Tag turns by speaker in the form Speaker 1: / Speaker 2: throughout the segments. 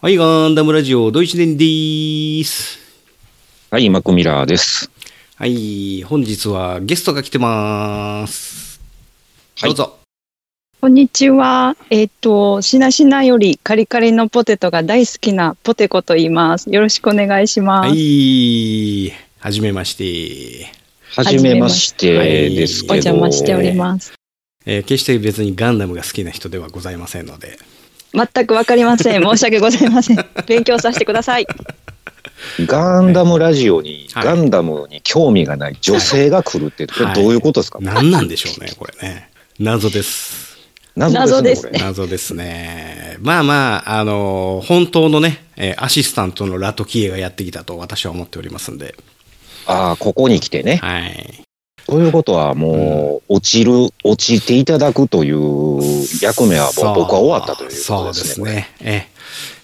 Speaker 1: はい、ガンダムラジオ、ドイツ伝でーす。
Speaker 2: はい、マクミラーです。
Speaker 1: はい、本日はゲストが来てまーす。
Speaker 2: は
Speaker 1: どう
Speaker 2: い
Speaker 1: ぞ。
Speaker 3: こんにちは。えっ、と、しなしなよりカリカリのポテトが大好きなポテコと言います。よろしくお願いします。
Speaker 1: はい、はじめまして。
Speaker 2: はじめましてですけど。
Speaker 3: お邪魔しております。
Speaker 1: えー決して別にガンダムが好きな人ではございませんので。
Speaker 3: 全くわかりま せん。申し訳ございません。勉強させてください。
Speaker 2: す。ガンダムラジオに、
Speaker 1: はい
Speaker 2: ガンダムに興味がない女性が来るって、こ
Speaker 1: は
Speaker 2: れ
Speaker 1: い
Speaker 2: どういうことですか、
Speaker 1: 何なんでしょ うね、これね。謎です。
Speaker 2: 謎ですね。
Speaker 3: 謎ですね
Speaker 1: 謎ですね。まあまあ、あのー本当のね、えーアシスタントのラトキエがやってきたと私は思っておりますんで。
Speaker 2: これああ、ここに来てね。
Speaker 1: はい。
Speaker 2: ということは、もう、落ちる、落ちていただくという役目はもう僕は終わったという
Speaker 1: そ
Speaker 2: ことですね。
Speaker 1: そうですね。え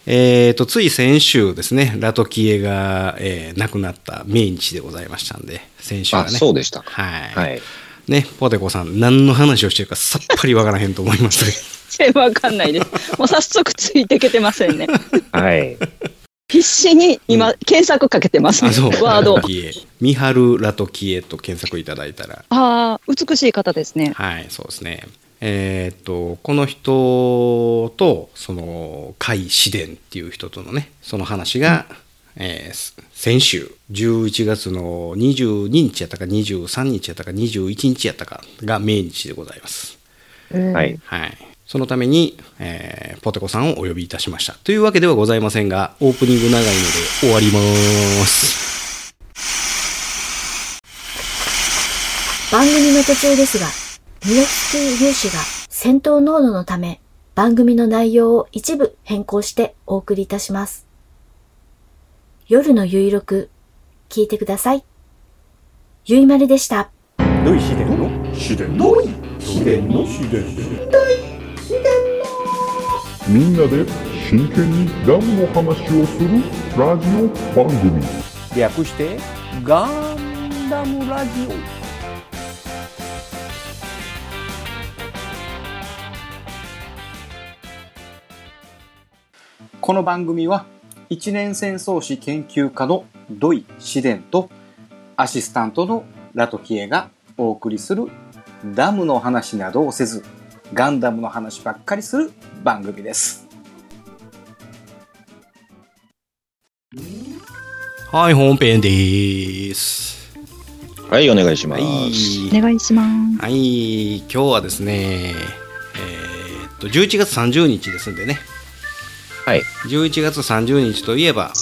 Speaker 1: ええーと、つい先週ですね、ラトキエが、えー亡くなった命日でございましたんで、先週
Speaker 2: これ
Speaker 1: は
Speaker 2: あ、
Speaker 1: ね。
Speaker 2: そうでしたか。
Speaker 1: はい。
Speaker 2: はい。
Speaker 1: ね、ポテコさん、何の話をしてるかさっぱりわからへんと思いますが
Speaker 3: 全然わかんないです。もう早速ついていけてませんね。
Speaker 2: はい。
Speaker 3: 必死に今、検索かけてます、
Speaker 1: あ、そう。
Speaker 3: ワード
Speaker 1: ラ。トキエ。ミハル・ラトキエと検索いただいたら、
Speaker 3: ああ、美しい方ですね。
Speaker 1: はい、そうですね。えーっと、この人と、その、甲斐紫伝っていう人とのね、その話が、えーす先週、11月の22日やったか、23日やったか、21日やったかが命日でございます。
Speaker 2: はい。
Speaker 1: はい。そのために、えーポテコさんをお呼びいたしました。というわけではございませんが、オープニング長いので終わります。
Speaker 4: 番組の途中ですが、ミノフスキー有志が戦闘濃度のため、番組の内容を一部変更してお送りいたします。夜のゆいろく、聞いてください。ゆいまるでした。
Speaker 5: ドイ自然の自然の自然の自然
Speaker 6: みんなで真剣にダムの話をするラジオ番組
Speaker 5: 略してガンダムラジオ
Speaker 7: この番組は一年戦争史研究家の土井紫伝とアシスタントのラトキエがお送りするダムの話などをせずガンダムの話ばっかりする番組です。
Speaker 1: はい、本編でーす。
Speaker 2: はい、お願いしま
Speaker 1: は
Speaker 2: す。
Speaker 1: い。
Speaker 3: お願いします。
Speaker 1: はい、今日はですね、えーっと、11月30日ですんでね、
Speaker 2: はい。
Speaker 1: 11月30日といえば、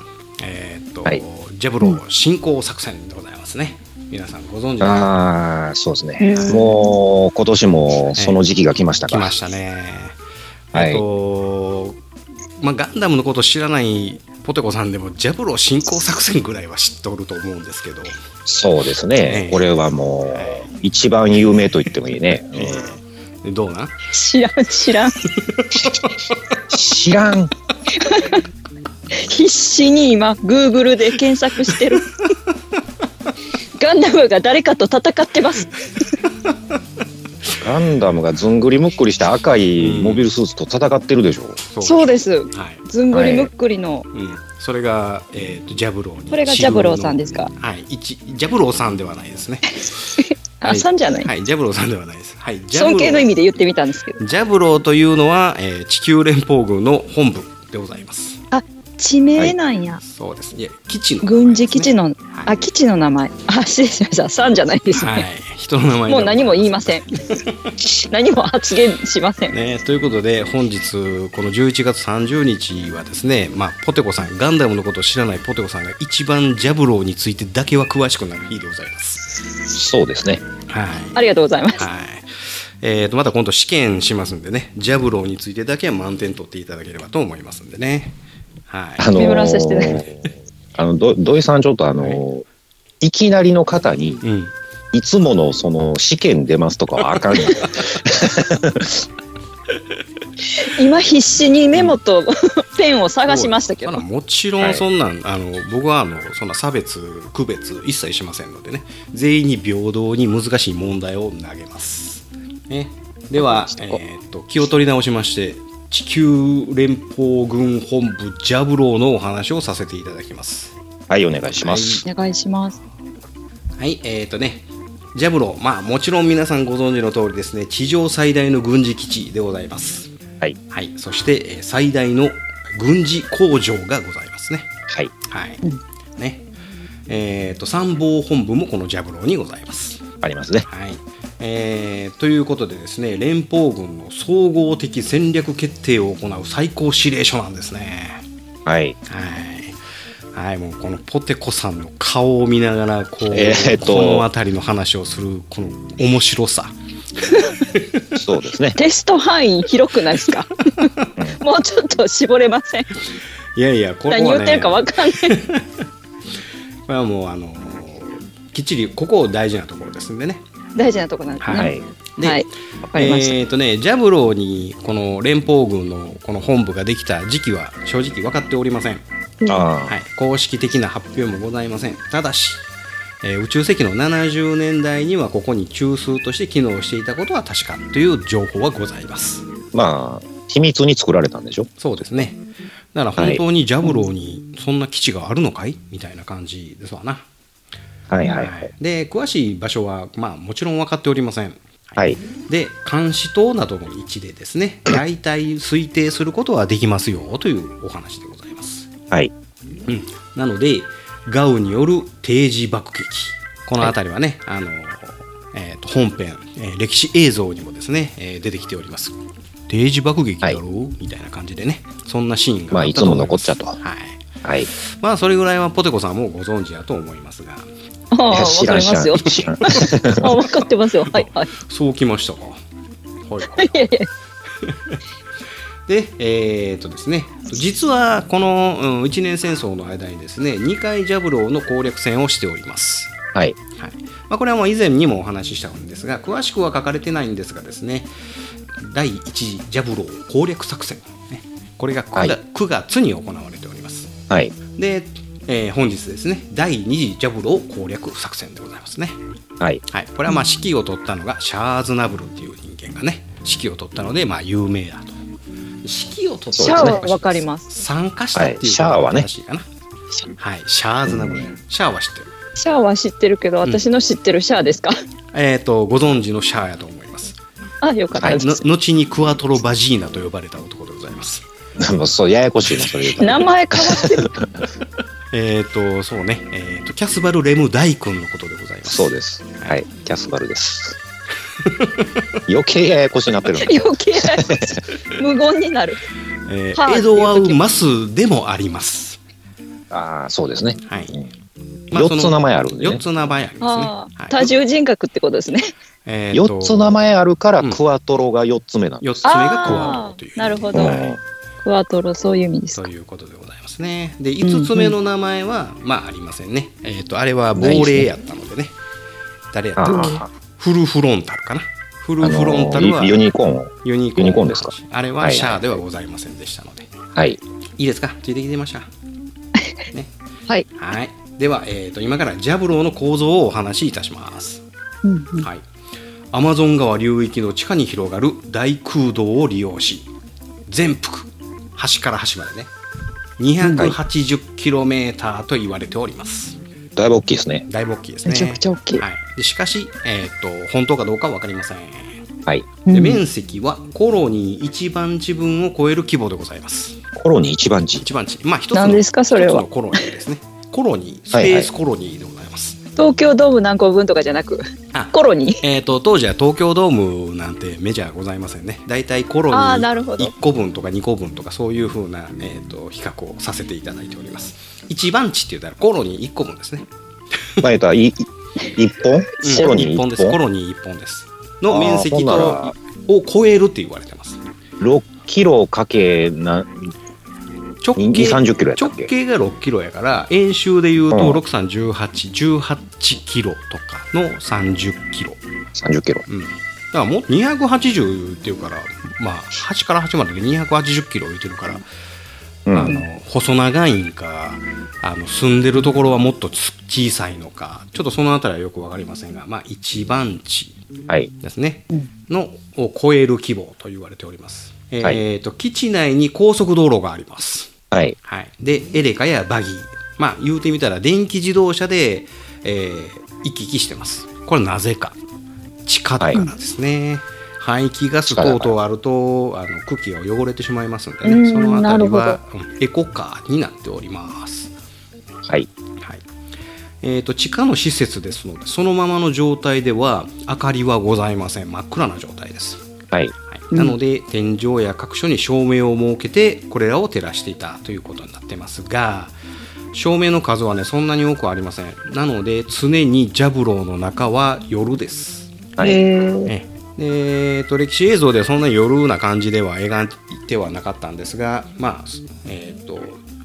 Speaker 1: えーっと、
Speaker 2: はい
Speaker 1: ジャブロー進行作戦でございますね。皆さんご存知の
Speaker 2: ああ、そうですね。
Speaker 3: へー
Speaker 2: もう、今年もその時期が来ました
Speaker 1: 来
Speaker 2: か。
Speaker 1: ましたね。
Speaker 2: はい
Speaker 1: あと、まあ、ガンダムのこと知らないポテコさんでも、ジャブロー進行作戦ぐらいは知っておると思うんですけど、
Speaker 2: そうです
Speaker 1: え
Speaker 2: ね
Speaker 1: え。
Speaker 2: これはもう、一番有名と言ってもいいね。
Speaker 1: でどうなん
Speaker 3: 知らん、知らん。
Speaker 2: 知らん。
Speaker 3: 必死に今 Google で検索して るガンダムが誰かと戦ってます
Speaker 2: ガンダムがずんぐりむっくりした赤いモビルスーツと戦ってるでしょ。
Speaker 1: そ
Speaker 3: そうです
Speaker 1: はい。
Speaker 3: ずんぐりむっくりの、
Speaker 1: うん、それが、えー、とジャブローに
Speaker 3: これがジャブローさんですか
Speaker 1: はい一ジャブローさんではないですねは
Speaker 3: あ
Speaker 1: い
Speaker 3: さんじゃない、
Speaker 1: はいジャブローさんではないですはいジャブロー
Speaker 3: 尊敬の意味で言ってみたんですけど
Speaker 1: ジャブローというのは、えー地球連邦軍の本部でございます
Speaker 3: 地名なんや、
Speaker 1: そうですいや基地の名前ですね、
Speaker 3: 軍事基地の、
Speaker 1: はい、
Speaker 3: あ基地の名前あ失礼しましたさんじゃないですね、
Speaker 1: はい人の名前で
Speaker 3: もう何も言いませ
Speaker 1: ん
Speaker 3: ん何も発言しません
Speaker 1: ね、ということで本日この11月30日はですね、まあ、ポテコさんガンダムのことを知らないポテコさんが一番ジャブローについてだけは詳しくなる日でございます。
Speaker 2: そうですね。
Speaker 1: はい、
Speaker 3: ありがとうございます
Speaker 1: はい。えー、とまた今度試験しますんでね、ジャブローについてだけは満点取っていただければと思いますんでね。はい。
Speaker 2: あの
Speaker 3: 見下ろしてな
Speaker 2: ー、 あの、ど土井さん、ちょっとあのー、いきなりの方に、
Speaker 1: うん。
Speaker 2: いつものその試験出ますとかはあかんよ
Speaker 3: 今必死にメモと ペンを探しましたけ
Speaker 1: た
Speaker 3: ど
Speaker 1: だもちろ
Speaker 2: は
Speaker 1: ん
Speaker 2: い
Speaker 1: そんなん、あの僕はあのそんな差別区別一切しませんのでね全員に平等に難しい問題を投げます、ね、では、えーっと気を取り直しまして地球連邦軍本部ジャブローのお話をさせていただきます
Speaker 2: はい、お願いします。
Speaker 3: お願いします。
Speaker 1: はいえー、とねジャブローまあもちろん皆さんご存知の通りですね地上最大の軍事基地でございます
Speaker 2: はい、
Speaker 1: はいそしてえー最大の軍事工場がございますね
Speaker 2: はい、
Speaker 1: はい、ねえー、と参謀本部もこのジャブローにございます
Speaker 2: ありますね。
Speaker 1: はいえーということでですね連邦軍の総合的戦略決定を行う最高司令所なんですね
Speaker 2: はい。
Speaker 1: はい、はい、もうこのポテコさんの顔を見ながらこう、
Speaker 2: えーっと
Speaker 1: この辺りの話をするこの面白さ
Speaker 2: そうですね。
Speaker 3: テスト範囲広くないですかもうちょっと絞れません。
Speaker 1: いやいやこれ
Speaker 3: 何
Speaker 1: は、
Speaker 3: 言
Speaker 1: ね、
Speaker 3: ってるかわかんない。
Speaker 1: これはもうあのきっちりここを大事なところですんでね
Speaker 3: 大事なとこなんですね。
Speaker 2: は
Speaker 3: はいい。。
Speaker 1: で
Speaker 3: わかりました。
Speaker 1: えーとね、ジャブローにこの連邦軍のこの本部ができた時期は正直分かっておりません、
Speaker 2: あ
Speaker 1: はい、公式的な発表もございませんただし、えー宇宙世紀の70年代にはここに中枢として機能していたことは確かという情報はございます
Speaker 2: あ、まあ、秘密に作られたんでしょ
Speaker 1: そうですねだから本当にジャブローにそんな基地があるのかいみたいな感じですわな、
Speaker 2: はいはいはい。
Speaker 1: で詳しい場所は、まあ、もちろん分かっておりません
Speaker 2: はい。
Speaker 1: で監視塔などの位置でですね大体推定することはできますよというお話でございます、
Speaker 2: はい。
Speaker 1: うん、なのでガウによる定時爆撃この辺りはね、あのえーと本編、えー歴史映像にもですね、えー出てきております定時爆撃だろう、みたいな感じでねそんなシーンが
Speaker 2: まあ
Speaker 1: ったと思
Speaker 2: いつも残っ
Speaker 1: ます
Speaker 2: ちゃと
Speaker 1: はい
Speaker 2: はい。
Speaker 1: まあそれぐらいはポテコさんもご存知だと思いますが
Speaker 3: ああ、
Speaker 2: いや
Speaker 3: わ
Speaker 2: 知
Speaker 3: から
Speaker 2: ん
Speaker 3: りますよ。
Speaker 2: 知らん。
Speaker 3: あ、わかってますよ。はいはい。
Speaker 1: そうきましたかはい はい
Speaker 3: いやいや
Speaker 1: で、えーっとですね、実はこの、うん、一年戦争の間にですね2回ジャブローの攻略戦をしております、
Speaker 2: はい。
Speaker 1: はいまあ、これはもう以前にもお話ししたんですが詳しくは書かれてないんですがですね第1次ジャブロー攻略作戦、ね、これが 9,
Speaker 2: はい
Speaker 1: 9月に行われております
Speaker 2: はい。
Speaker 1: で、えー本日ですね第2次ジャブロー攻略作戦でございますね
Speaker 2: はい。
Speaker 1: はい、これはまあ指揮を取ったのがシャーズナブルっていう人間がね指揮を取ったのでまあ有名だと指揮を取った
Speaker 3: シャアはわかります
Speaker 1: 参加したっていう
Speaker 2: はいシャアはね
Speaker 1: 正しいかなはいシャーズナブルシャアは知ってる
Speaker 3: シャアは知ってるけど、私の知ってるシャアですか。
Speaker 1: えっ、とご存知のシャアやと思います、
Speaker 3: あ、よかった
Speaker 1: はい、
Speaker 3: で
Speaker 1: の
Speaker 3: す。
Speaker 1: 後にクワトロ・バジーナと呼ばれた男でございます
Speaker 2: もう、 そう、ややこしいな、それ言うと
Speaker 3: 名前変わ ってる。
Speaker 1: えっ、とそうね、えー、とキャスバル・レム大君のことでございます
Speaker 2: そうです。はい。キャスバルです。余計ややこしになってるんだけど
Speaker 3: 余計なやつ無言になる。
Speaker 1: えー
Speaker 3: はあ
Speaker 1: エドワウ・マスでもあります
Speaker 2: ああ、そうですね。
Speaker 1: はい
Speaker 2: まあ四つ名前あるんでね
Speaker 1: 4つ名前ありますね
Speaker 3: ああ、
Speaker 1: はい
Speaker 3: 多重人格ってことですね。
Speaker 1: えーと
Speaker 2: 4つ名前あるから、
Speaker 1: うん
Speaker 2: クワトロが4つ目なんで
Speaker 1: 4つ目がクワトロ
Speaker 3: ああ
Speaker 1: という
Speaker 3: ー、なるほ
Speaker 2: す。う
Speaker 3: ど。
Speaker 2: ん
Speaker 3: クワトロそういう意味です
Speaker 1: と
Speaker 3: か。
Speaker 1: いうことでございますねで5つ目の名前は、まあありませんねえっ、とあれは亡霊やったのでね誰やったっけ
Speaker 2: あ
Speaker 1: フルフロンタルかなフル
Speaker 2: あ
Speaker 1: フロンタルは
Speaker 2: のユユニコーンを。
Speaker 1: ユニ
Speaker 2: ユニコーンですか
Speaker 1: あれは
Speaker 2: はい
Speaker 1: シャアではございませんでしたので、い
Speaker 2: はい。
Speaker 1: いですかついてきてました ね
Speaker 3: はい
Speaker 1: はいでは、えー、と今からジャブローの構造をお話しいたします
Speaker 3: うんうん
Speaker 1: はい、アマゾン川流域の地下に広がる大空洞を利用し全幅端から端までね 280km と言われております、
Speaker 2: だいぶ大きいですね。
Speaker 1: 大勃起ですね
Speaker 3: めちゃくちゃ大きい。
Speaker 1: はい、でしかし、えー、と本当かどうかは分かりません
Speaker 2: はい。
Speaker 3: う
Speaker 1: で
Speaker 3: ん
Speaker 1: 面積はコロニー一番地分を超える規模でございます
Speaker 2: コロニー一番地。
Speaker 1: 一番地まあ一つの
Speaker 3: 何ですかそれは
Speaker 1: 一つのコロニーです ねコロニースペースコロニーでございます、
Speaker 3: 東京ドーム何個分とかじゃなく
Speaker 1: あ、
Speaker 3: コロニー。
Speaker 1: えー、と当時は東京ドームなんてメジャーございませんね大体コロニ
Speaker 3: あ
Speaker 1: ー
Speaker 3: ーなるほど
Speaker 1: 1個分とか2個分とかそういうふうな、えー、と比較をさせていただいております一番地って言ったらコロニー1個分ですね、
Speaker 2: まあ、言ったらいい一本
Speaker 1: うん
Speaker 2: コロニー
Speaker 1: 一本
Speaker 2: 一本
Speaker 1: ですコロニー1本ですの
Speaker 2: あー
Speaker 1: 面積
Speaker 2: ほんな
Speaker 1: と
Speaker 2: ら
Speaker 1: を超えるって言われてます
Speaker 2: 6キロかけな、
Speaker 1: 直
Speaker 2: 2、
Speaker 1: 径
Speaker 2: 30キロやった
Speaker 1: 直
Speaker 2: っけ
Speaker 1: 径が6キロやから円周でいう
Speaker 2: う
Speaker 1: と
Speaker 2: ん
Speaker 1: 631818キロとかの30キロ
Speaker 2: ?30 キロ。
Speaker 1: うん、だからもう280っていうから、まあ、端から端までで280キロ浮いてるから、
Speaker 2: うん。
Speaker 1: あの細長いんかあの住んでるところはもっと小さいのかちょっとそのあたりはよく分かりませんが、まあ、一番地
Speaker 2: はい。
Speaker 1: ですね、のを超える規模と言われております。えー
Speaker 2: はい
Speaker 1: えーと基地内に高速道路があります、
Speaker 2: はい。
Speaker 1: はい、でエレカやバギーまあ言うてみたら電気自動車で、えー行き来してますこれなぜか地下だからですね、排気ガス等々あるとあの空気が汚れてしまいますんで
Speaker 3: う
Speaker 1: ね
Speaker 3: ん
Speaker 1: その辺りはうんエコカーになっております
Speaker 2: はい。
Speaker 1: はいえー、と地下の施設ですのでそのままの状態では明かりはございません真っ暗な状態です、
Speaker 2: はい。
Speaker 1: はい、なので、天井や各所に照明を設けてこれらを照らしていたということになってますが照明の数はねそんなに多くはありませんなので常にジャブローの中は夜です
Speaker 2: はい。
Speaker 1: えええーと歴史映像ではそんな夜な感じでは描いてはなかったんですが、まあえー、と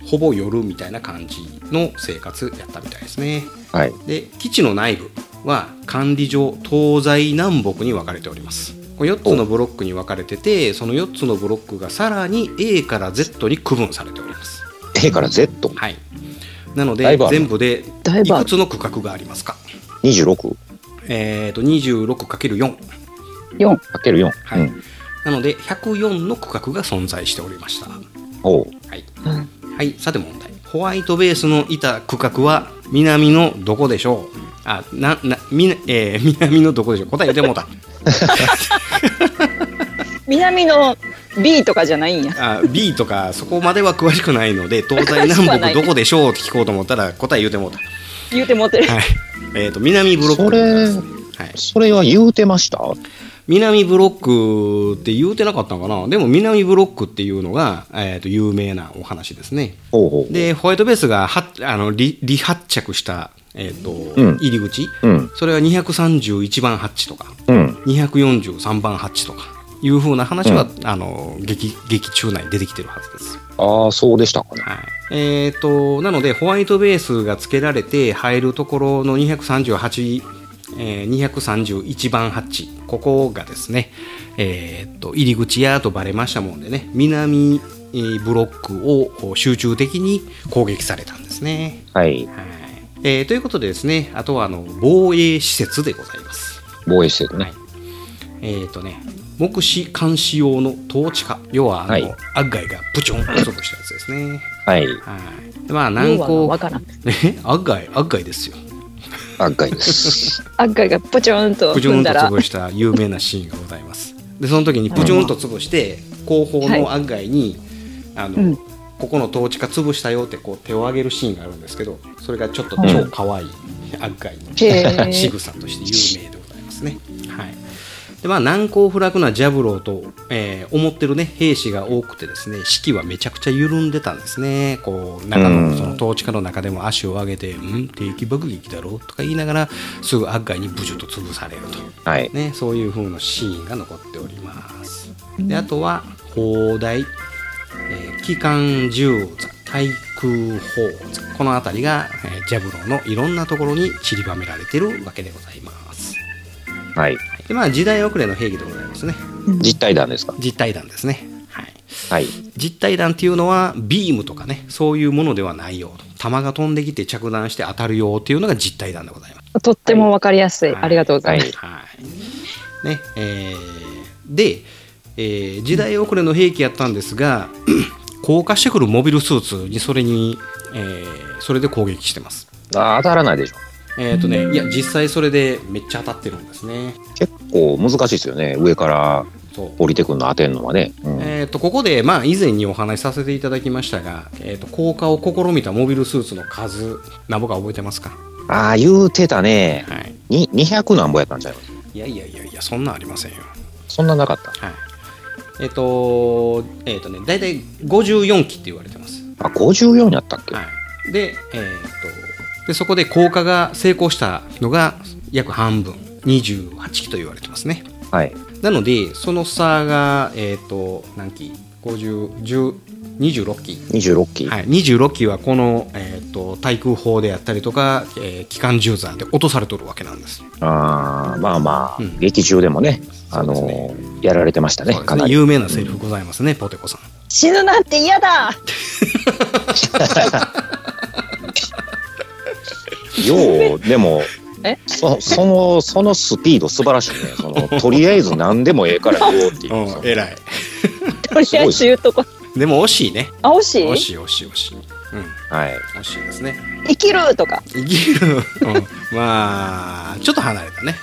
Speaker 1: ほぼ夜みたいな感じの生活やったみたいですね
Speaker 2: はい。
Speaker 1: で基地の内部は管理上東西南北に分かれておりますこれ4つのブロックに分かれててその4つのブロックがさらに A から Z に区分されております
Speaker 2: A から Z。
Speaker 1: はいなの
Speaker 2: だ
Speaker 1: で
Speaker 2: いぶある
Speaker 1: 全部で
Speaker 3: だい
Speaker 1: い
Speaker 3: ぶある
Speaker 1: くつの区画がありますか
Speaker 2: 26。
Speaker 1: えっ、と 26×4
Speaker 3: 4
Speaker 2: かける4。
Speaker 1: はい、
Speaker 2: うん。
Speaker 1: なので104の区画が存在しておりました。は
Speaker 2: おう。
Speaker 1: い、
Speaker 3: うん
Speaker 1: はい、さて問題。ホワイトベースのいた区画は南のどこでしょうあ、な、な、みな、えー南のどこでしょう答え言ってもうた。
Speaker 3: 南の B とかじゃないんや
Speaker 1: あ、B とかそこまでは詳しくないので、東西
Speaker 3: 詳しくはな
Speaker 1: 南
Speaker 3: い
Speaker 1: 北どこでしょうって聞こうと思ったら答え言うてもうた。
Speaker 3: 言うてもってる
Speaker 1: はい。えっ、と、南ブロック
Speaker 2: それ
Speaker 1: はい、
Speaker 2: それは言うてました
Speaker 1: 南ブロックって言うてなかったのかなでも南ブロックっていうのが、えー、と有名なお話ですね。
Speaker 2: ほうほう。
Speaker 1: でホワイトベースがはあの離離発着した、えーと
Speaker 2: うん
Speaker 1: 入り口、
Speaker 2: うん。
Speaker 1: それは231番ハッチとか
Speaker 2: うん。
Speaker 1: 243番ハッチとかいうふうな話は、あの劇劇中内に出てきてるはずです。
Speaker 2: ああ、そうでしたかね。
Speaker 1: はいえー、となのでホワイトベースが付けられて入るところの238、えー231番ハッチここがですね、えー、と入り口やとバレましたもんでね南えーブロックをこう集中的に攻撃されたんですね。
Speaker 2: はい。
Speaker 1: はいえーということでですねあとはあの防衛施設でございます。
Speaker 2: 防衛施設
Speaker 1: は
Speaker 2: ね
Speaker 1: い。えー、とね目視監視用の統治下要はあの、
Speaker 2: はい
Speaker 1: アッガイがプチョンと潰したやつですね。
Speaker 2: は
Speaker 1: は
Speaker 2: い。
Speaker 1: い。でまあ
Speaker 3: 要
Speaker 1: 難
Speaker 3: はわ
Speaker 1: 攻
Speaker 3: からん
Speaker 1: えアッガイアッガイですよ。
Speaker 2: あっか いです。
Speaker 3: 赤がポチョンと
Speaker 1: プチョ
Speaker 3: 踏ん
Speaker 1: ンと
Speaker 3: だら
Speaker 1: 潰した有名なシーンがございます。でその時にプチョンと潰して後方のアッガイに、あの、
Speaker 3: うん
Speaker 1: ここの統治下潰したよってこう手を挙げるシーンがあるんですけど、それがちょっと超可愛いアッガイの
Speaker 3: へ ー
Speaker 1: 仕草として有名でございますね。はい。でまあ、難攻不落なジャブローと、えー思ってる、ね、兵士が多くてですね士気はめちゃくちゃ緩んでたんですねこう中
Speaker 2: う
Speaker 1: の
Speaker 2: ん
Speaker 1: その統治下の中でも足を上げて「うん定期爆撃だろ?」とか言いながらすぐ悪外にブジュと潰される
Speaker 2: はい
Speaker 1: と、。ね、そういう風なシーンが残っておりますであとは砲台、えー機関銃座対空砲座この辺りが、えージャブローのいろんなところに散りばめられてるわけでございます
Speaker 2: はい。
Speaker 1: はいでまあ時代遅れの兵器でございますね
Speaker 2: 実体弾ですか
Speaker 1: 実体弾ですね、はい、
Speaker 2: はい。
Speaker 1: 実体弾っていうのはビームとかねそういうものではないよ弾が飛んできて着弾して当たるよっていうのが実体弾でございます
Speaker 3: とってもわかりやすい、
Speaker 1: はい
Speaker 3: ありがとうございます、
Speaker 1: はいねえーで、えー時代遅れの兵器やったんですが 降下してくるモビルスーツにそれに、えーそれで攻撃してます
Speaker 2: あー当たらないでしょ。
Speaker 1: えっ、とねいや実際それでめっちゃ当たってるんですね
Speaker 2: 結構難しいですよね。上から
Speaker 1: そう
Speaker 2: 降りてくるの当てるのはね。うん
Speaker 1: えー、とここで、まあ、以前にお話しさせていただきましたが、えー、と効果を試みたモビルスーツの数何ぼか覚えてますか、
Speaker 2: ああ、言うてたね。
Speaker 1: はい、
Speaker 2: に200何本やったんちゃいます
Speaker 1: いやいやいやいやそんなんありませんよ、
Speaker 2: そんななかった。
Speaker 1: はい、えっ、とえっ、とね大体54機って言われてます、
Speaker 2: あ、54やったっけ、
Speaker 1: はい、で,、えー、とでそこで効果が成功したのが約半分28機と言われてますね
Speaker 2: はい、
Speaker 1: なのでその差が、えー、と何機50 10 26機
Speaker 2: 26機。
Speaker 1: はい、26機はこの、えー、と対空砲であったりとか、えー機関銃座で落とされとるわけなんです。
Speaker 2: ああまあまあ、
Speaker 1: うん
Speaker 2: 劇中でもね、あ
Speaker 1: そう
Speaker 2: の
Speaker 1: です
Speaker 2: ーやられてましたね、
Speaker 1: そうです
Speaker 2: か
Speaker 1: ね
Speaker 2: なり。
Speaker 1: 有名なセリフございますね、ポテコさん。
Speaker 3: 死ぬなんて嫌だ
Speaker 2: よう、でも
Speaker 3: え、
Speaker 2: そそのそのスピード素晴らしいねそのとりあえず何でもええからようっていう
Speaker 1: 偉い。
Speaker 3: とりあえず言うとこ。
Speaker 1: でも惜しいね。
Speaker 3: あ、惜しい
Speaker 1: 惜しい惜しい惜しい。うん、
Speaker 2: はい。
Speaker 1: 惜しいですね。
Speaker 3: 生きるとか。
Speaker 1: 生きる。うん まあ、ちょっと離れたね。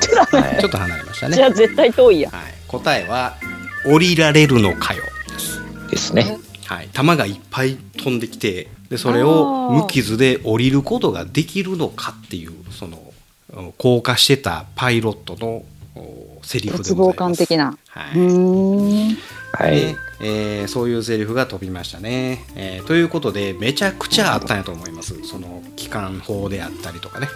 Speaker 3: ちょっと
Speaker 1: ちょっと離れましたね。
Speaker 3: じゃあ絶対遠いや。
Speaker 1: はい、答えは「降りられるのかよ」です、
Speaker 2: ですね。
Speaker 1: はい、弾がいっぱい飛んできてでそれを
Speaker 3: あー
Speaker 1: 無傷で降りることができるのかっていうそのうん降下してたパイロットのおセリフで
Speaker 3: 絶
Speaker 1: ご
Speaker 3: 望
Speaker 1: ざいま
Speaker 3: 感
Speaker 1: す、
Speaker 3: 的な。
Speaker 1: は
Speaker 3: う
Speaker 1: い
Speaker 3: ーん。
Speaker 2: は
Speaker 1: ね
Speaker 2: い。
Speaker 1: えーそういうセリフが飛びましたね、えーということでめちゃくちゃあったんやと思いますその機関砲であったりとかね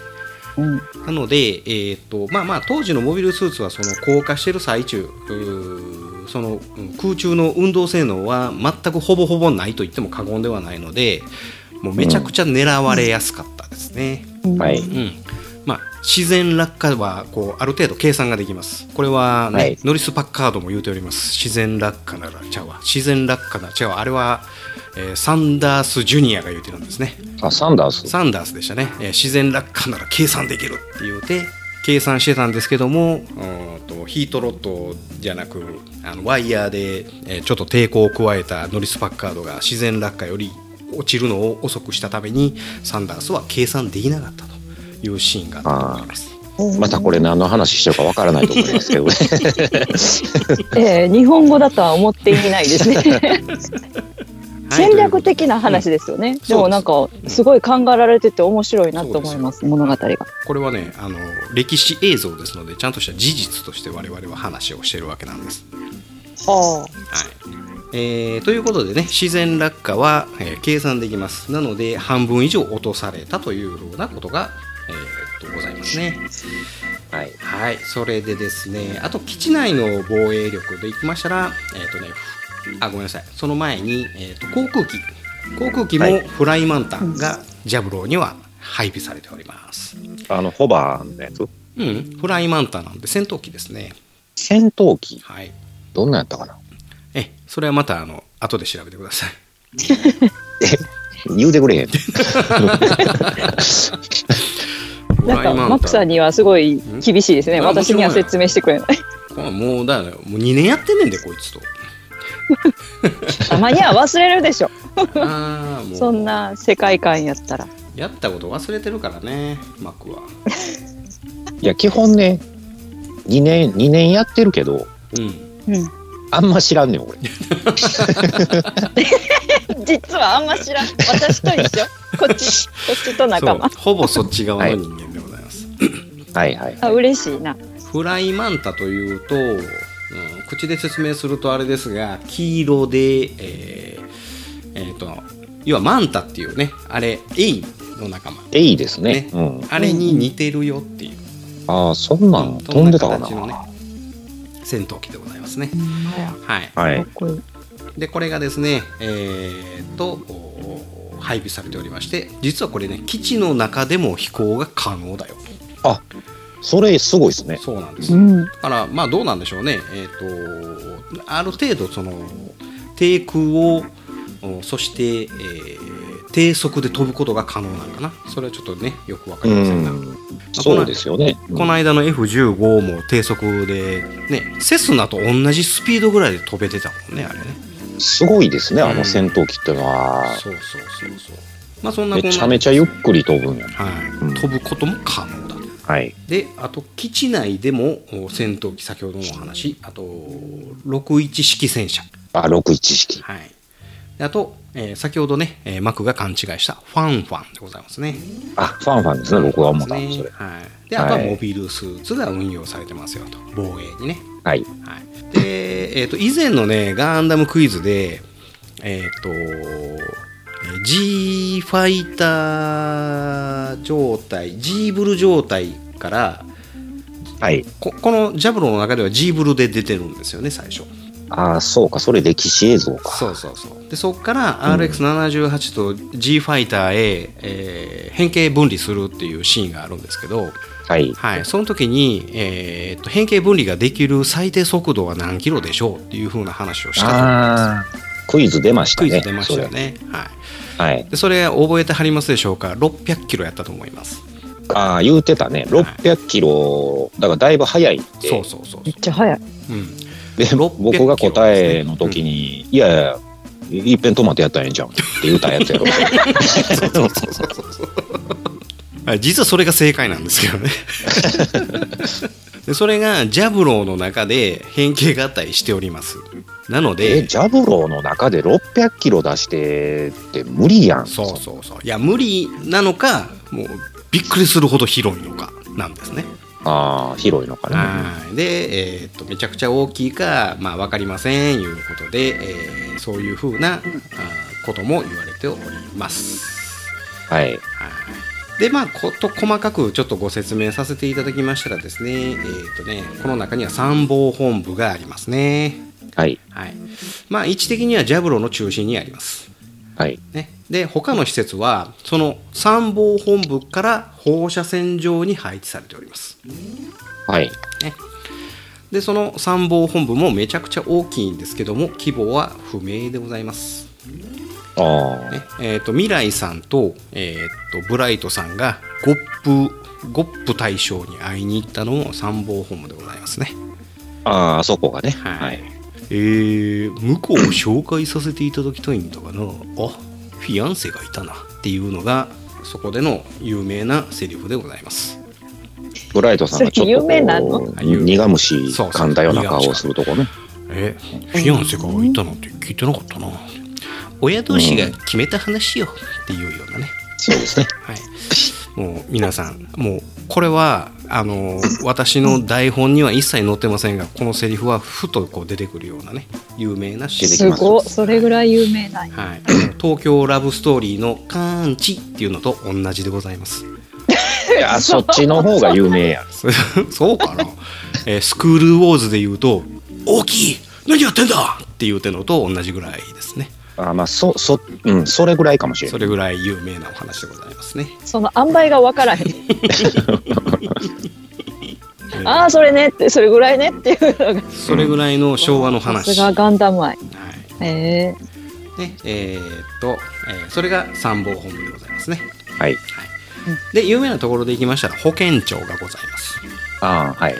Speaker 3: うん
Speaker 1: なので、えーっとまあまあ、当時のモビルスーツはその降下してる最中うーそのうん空中の運動性能は全くほぼほぼないと言っても過言ではないのでもうめちゃくちゃ狙われやすかったですね、
Speaker 2: はい。
Speaker 1: うんまあ、自然落下はこうある程度計算ができますこれは、ね
Speaker 2: はい
Speaker 1: ノリス・パッカードも言うております自然落下ならちゃうわ自然落下ならちゃうわあれは、えーサンダース・ジュニアが言うてるんですね
Speaker 2: あ、サンダース。
Speaker 1: サンダースでしたね、えー自然落下なら計算できるって言うて計算してたんですけどもうーんとヒートロッドじゃなくあのワイヤーで、えーちょっと抵抗を加えたノリス・パッカードが自然落下より落ちるのを遅くしたためにサンダースは計算できなかったというシーンがあったと思います。
Speaker 2: またこれ何の話してるかわからないと思いますけ どね。
Speaker 3: えー日本語だとは思っていないです ね。
Speaker 1: はい
Speaker 3: 戦略的な話ですよね。でもなんかすごい考えられてて面白いなと思います物語が。
Speaker 1: これはねあの歴史映像ですのでちゃんとした事実として我々は話をしてるわけなんです。
Speaker 3: あ
Speaker 1: はいえーということでね自然落下は、えー計算できますなので半分以上落とされたというようなことが、えーっとございますね
Speaker 2: はい。
Speaker 1: はいそれでですねあと基地内の防衛力でいきましたらえーっ、とねあごめんなさいその前に、えーっと航空機航空機
Speaker 2: は
Speaker 1: も
Speaker 2: い
Speaker 1: フライマンタンがジャブローには配備されております、
Speaker 2: あの、ホバーのやつ
Speaker 1: うん、フライマンタンなんで戦闘機ですね
Speaker 2: 戦闘機
Speaker 1: はい
Speaker 2: どんなんやったかな
Speaker 1: えそれはまたあの後で調べてください
Speaker 2: 言うてく れへん。
Speaker 3: あ。なんかマックさんにはすごい厳しいですね。
Speaker 1: うん
Speaker 3: 私には説明してくれない。
Speaker 1: これもうだよねもう2年やってんねんでこいつと
Speaker 3: たまには忘れるでしょ。
Speaker 1: ああもう
Speaker 3: そんな世界観やったら。
Speaker 1: やったこと忘れてるからねマックはい
Speaker 2: や、基本ね、2年、2年やってるけど、
Speaker 1: うん
Speaker 3: うん。
Speaker 2: あんま知らんねん、俺。
Speaker 3: 実はあんま知らん。私と 一緒。こっち、こっちと仲間。
Speaker 1: そうほぼそっち側の人間でございます、
Speaker 2: はい はい。
Speaker 3: あ、嬉しいな。
Speaker 1: フライマンタというと、うん、口で説明するとあれですが黄色でえーえーと要はマンタっていうねあれエイの仲間
Speaker 2: えいですね。
Speaker 1: ね
Speaker 2: うん。
Speaker 1: あれに似てるよっていう
Speaker 2: ああ、そんなん飛んでたかな。
Speaker 1: そんな形戦闘機でございますねはい
Speaker 2: はい。
Speaker 1: でこれがですねえー、とお配備されておりまして実はこれね基地の中でも飛行が可能だよ
Speaker 2: それすごいですね。
Speaker 1: そうなんです
Speaker 3: う
Speaker 1: だ
Speaker 3: ん。
Speaker 1: からまあどうなんでしょうねえー、とある程度その低空をおそして、えー低速で飛ぶことが可能なのかなそれはちょっとねよくわか
Speaker 2: う
Speaker 1: りませんが、
Speaker 2: ん。そうですよね。
Speaker 1: この間の F15 も低速でねセスナと同じスピードぐらいで飛べてたもんねあれね
Speaker 2: すごいですね、あ
Speaker 1: うん
Speaker 2: の戦闘機ってのは。
Speaker 1: そうそうそうそうまあそんな
Speaker 2: め
Speaker 1: こんな
Speaker 2: ちゃめちゃゆっくり飛ぶんや。
Speaker 1: はい
Speaker 2: うん
Speaker 1: 飛ぶことも可能だと。
Speaker 2: はい。
Speaker 1: であと基地内でもお戦闘機先ほどのお話あと61式戦車、
Speaker 2: あ、61式。
Speaker 1: はい、であと、えー先ほどね、えーマクが勘違いしたファンファンでございますね。
Speaker 2: あ、ファンファンですね、僕が思ったの、
Speaker 1: です
Speaker 2: それ
Speaker 1: ね。はい、であとは
Speaker 2: はい
Speaker 1: モビルスーツが運用されてますよと防衛にね。
Speaker 2: はい。
Speaker 1: はい、で、えー、と以前のねガンダムクイズでえっ、とえー G ファイター状態 G ブル状態から
Speaker 2: はい。
Speaker 1: ここのジャブロの中では G ブルで出てるんですよね最初
Speaker 2: ああ、そうか、それ歴史映像か。
Speaker 1: そうそうそうでそこから RX78 と G ファイターへ、えー変形分離するっていうシーンがあるんですけど、
Speaker 2: はい。
Speaker 1: はい、その時に、えーっと変形分離ができる最低速度は何キロでしょうっていう風な話をしたと思います
Speaker 2: ああ、クイズ出ました
Speaker 1: ク
Speaker 2: ね。
Speaker 1: イズ出ましたよ
Speaker 2: それ。
Speaker 1: ねはい
Speaker 2: はい。
Speaker 1: でそれ覚えてはりますでしょうか600キロやったと思います
Speaker 2: ああ、言うてたね。600キロ、だからだいぶ早いって。
Speaker 1: そうそうそう
Speaker 3: めっちゃ早い。
Speaker 1: うん、
Speaker 2: で
Speaker 1: 600
Speaker 2: 僕が答えの時に「いやいやいっぺんトマトやったらええんちゃうん」って言うたんやつ やろ
Speaker 1: あ実はそれが正解なんですけどねでそれがジャブローの中で変形合体しておりますなの
Speaker 2: え
Speaker 1: で
Speaker 2: ジャブローの中で600キロ出してって無理やん
Speaker 1: そうそうそういや無理なのかもうびっくりするほど広いのかなんですね
Speaker 2: ああ広いのかな
Speaker 1: はいで、えーっとめちゃくちゃ大きいか、まあ、分かりませんいうことで、えーそういうふうな、あーことも言われております。
Speaker 2: はい
Speaker 1: はいでまあ、こと細かくちょっとご説明させていただきましたらですね,、えーっとねこの中には参謀本部がありますね、
Speaker 2: はい
Speaker 1: はいまあ、位置的にはジャブロの中心にあります、
Speaker 2: はい
Speaker 1: ね、で他の施設はその参謀本部から放射線上に配置されております
Speaker 2: はい
Speaker 1: でその参謀本部もめちゃくちゃ大きいんですけども規模は不明でございます、
Speaker 2: ああ
Speaker 1: ねえー、と未来さんと,、えー、とブライトさんがゴップゴップ大将に会いに行ったのも参謀本部でございますね
Speaker 2: ああそこがね
Speaker 1: はい、
Speaker 2: はい
Speaker 1: えー向こうを紹介させていただきたいんだがなあフィアンセがいたなっていうのがそこでの有名なセリフでございます
Speaker 2: ブライトさんがちょっと
Speaker 3: それ有名なの
Speaker 2: こう苦虫噛んだような顔をするとこね
Speaker 1: えフィアンセがいたなんて聞いてなかったな親同士が決めた話よっていうようなね、
Speaker 2: そうですね
Speaker 1: はい、もう皆さんもうこれはあの私の台本には一切載ってませんがこのセリフはふとこう出てくるようなね有名な詩
Speaker 2: 出てき
Speaker 1: で
Speaker 3: す
Speaker 2: ます
Speaker 3: ごいそれぐらい有名なんや
Speaker 1: はい、東京ラブストーリーの「カーンチ」っていうのと同じでございます
Speaker 2: いやそっちの方が有名や
Speaker 1: そそうかな、えースクールウォーズで言うと「大きい何やってんだ!」っていうてのと同じぐらいですね
Speaker 2: あーまあそそうんそれぐらいかもしれ
Speaker 1: そ
Speaker 2: ない
Speaker 1: れぐらい有名なお話でございますね
Speaker 3: その塩梅が分からへん
Speaker 1: えー
Speaker 3: ああそれねってそれぐらいねっていうのが
Speaker 1: それぐらいの昭和の
Speaker 3: さ
Speaker 1: 話、
Speaker 3: す
Speaker 1: は
Speaker 3: が
Speaker 1: い
Speaker 3: ガンダム愛へえ
Speaker 1: ねえーっと、えーそれが参謀本部でございますね、
Speaker 2: はい
Speaker 1: はい、で有名なところでいきましたら保健庁がございます
Speaker 2: ああはい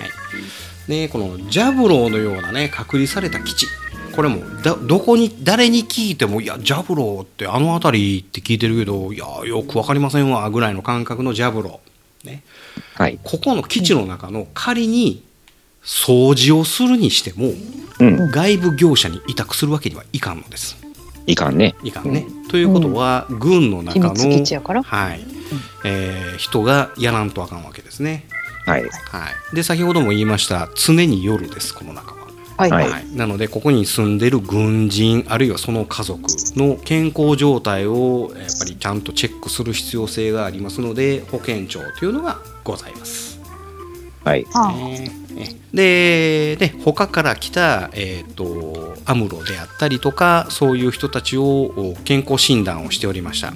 Speaker 1: ね、このジャブローのようなね隔離された基地これもだどこに誰に聞いても「いやジャブローってあの辺りって聞いてるけどいやよく分かりませんわ」ぐらいの感覚のジャブロー、ね、
Speaker 2: はい
Speaker 1: ここの基地の中の仮に掃除をするにしても
Speaker 2: うん
Speaker 1: 外部業者に委託するわけにはいかんのです。
Speaker 2: いかんね
Speaker 1: いかんね、ということは、軍の中の、
Speaker 3: 秘密基地やから
Speaker 1: はいえー人がやらんとあかんわけですね。
Speaker 2: はい
Speaker 1: はい、で先ほども言いました常に夜ですこの中は、
Speaker 3: はい
Speaker 2: は
Speaker 3: はいい
Speaker 1: はい、なのでここに住んでる軍人あるいはその家族の健康状態をやっぱりちゃんとチェックする必要性がありますので保健庁というのがございます。
Speaker 2: はい
Speaker 1: ねでで他から来た、えー、とアムロであったりとかそういう人たちを健康診断をしておりました、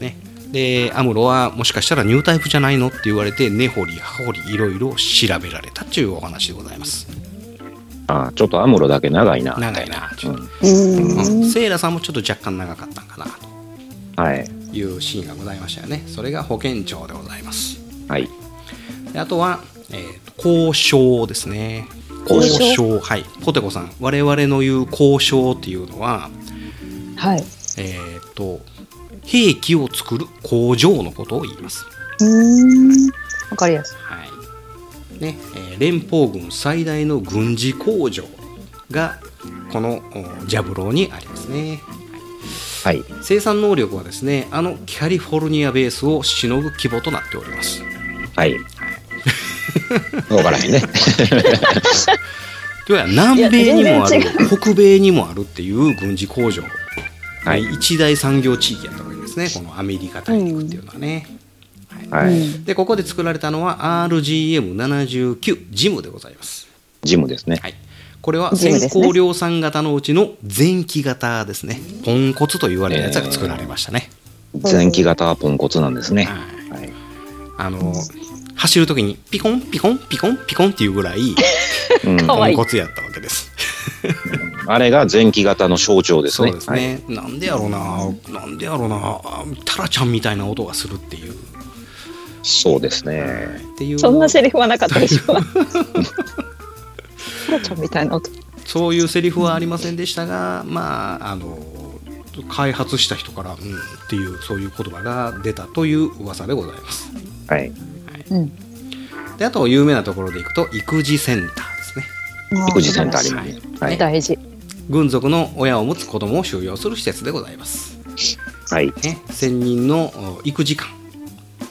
Speaker 1: ね、でアムロはもしかしたらニュータイプじゃないのって言われて根掘り葉掘りいろいろ調べられたというお話でございます
Speaker 2: ああちょっとアムロだけ長いな
Speaker 1: 長いなちょっと
Speaker 3: うん
Speaker 1: うんセイラさんもちょっと若干長かったんかな
Speaker 2: はい
Speaker 1: というシーンがございましたよねそれが保健庁でございます
Speaker 2: はい
Speaker 1: であとは、えーと交渉ですね
Speaker 2: 交渉
Speaker 1: はいポテコさん我々の言う交渉っていうのは
Speaker 3: はい
Speaker 1: えっ、と兵器を作る工場のことを言います
Speaker 3: うんわかりやす
Speaker 1: はい
Speaker 3: い
Speaker 1: ねえー連邦軍最大の軍事工場がこのおジャブローにありますね
Speaker 2: はい
Speaker 1: 生産能力はですねあのキャリフォルニアベースをしのぐ規模となっております
Speaker 2: はい分から へんね
Speaker 1: というのは南米にもあ
Speaker 3: い
Speaker 1: る
Speaker 3: や
Speaker 1: 北米にもあるっていう軍事工場、
Speaker 2: はい
Speaker 1: 一大産業地域やったわけですねこのアメリカ大陸っていうのはね、
Speaker 2: はい
Speaker 1: でここで作られたのは RGM79 ジムでございます、
Speaker 2: ジムですね
Speaker 1: はい、これは
Speaker 3: ジムです
Speaker 1: 先
Speaker 3: ね
Speaker 1: 行量産型のうちの前期型ですねポンコツと言われるやつが作られましたね、
Speaker 2: 前期型ポンコツなんですね
Speaker 1: はい
Speaker 2: はい
Speaker 1: あの走る時にピコンピコンピコンピコンっていうぐらい
Speaker 2: うん
Speaker 3: か
Speaker 1: ポ
Speaker 3: わい
Speaker 1: ン
Speaker 3: い
Speaker 1: コツやったわけです
Speaker 2: あれが前期型の象徴です
Speaker 1: そう
Speaker 2: ね
Speaker 1: です
Speaker 2: はい
Speaker 1: ね、なんでやろうななんでやろうなあタラちゃんみたいな音がするっていうっ
Speaker 2: そうですね
Speaker 1: ていう
Speaker 3: そんなセリフはなかったでしょタラちゃんみたいな音
Speaker 1: そういうセリフはありませんでしたがまああの開発した人から、うん、っていうそういう言葉が出たという噂でございます
Speaker 2: はい。
Speaker 3: うん。
Speaker 1: であと有名なところでいくと育児センターですね
Speaker 2: 育児センターあり
Speaker 3: 素晴ら
Speaker 2: ま
Speaker 3: し
Speaker 2: すね。
Speaker 3: い
Speaker 2: はい。
Speaker 3: 大事。
Speaker 1: 軍属の親を持つ子供を収容する施設でございます
Speaker 2: はい。
Speaker 1: ね、専任のお育児官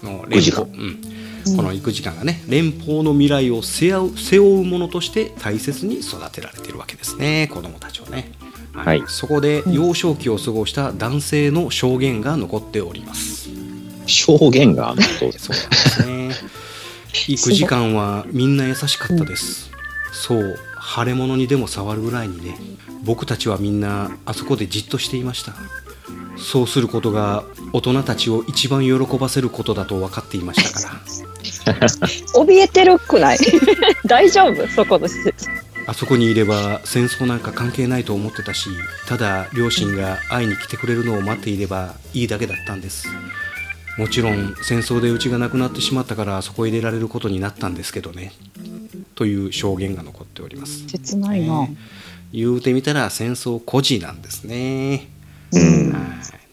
Speaker 1: の連
Speaker 2: 育児官
Speaker 1: 邦、うん、この育児官がね連邦の未来を背負う背負うものとして大切に育てられてるわけですね子供たちをね、
Speaker 2: はい
Speaker 1: そこで幼少期を過ごした男性の証言が残っております、
Speaker 2: 証言があると。
Speaker 1: そうなんですね育児官はみんな優しかったです、そう腫れ物にでも触るぐらいにね僕たちはみんなあそこでじっとしていましたそうすることが大人たちを一番喜ばせることだと分かっていましたから
Speaker 3: 怯えてるく ない大丈夫そこの施設。
Speaker 1: あそこにいれば戦争なんか関係ないと思ってたしただ両親が会いに来てくれるのを待っていればいいだけだったんですもちろん戦争でうちがなくなってしまったからそこへ入れられることになったんですけどねという証言が残っております
Speaker 3: 切な
Speaker 1: ね言うてみたら戦争孤児なんですね
Speaker 2: うん。
Speaker 1: はい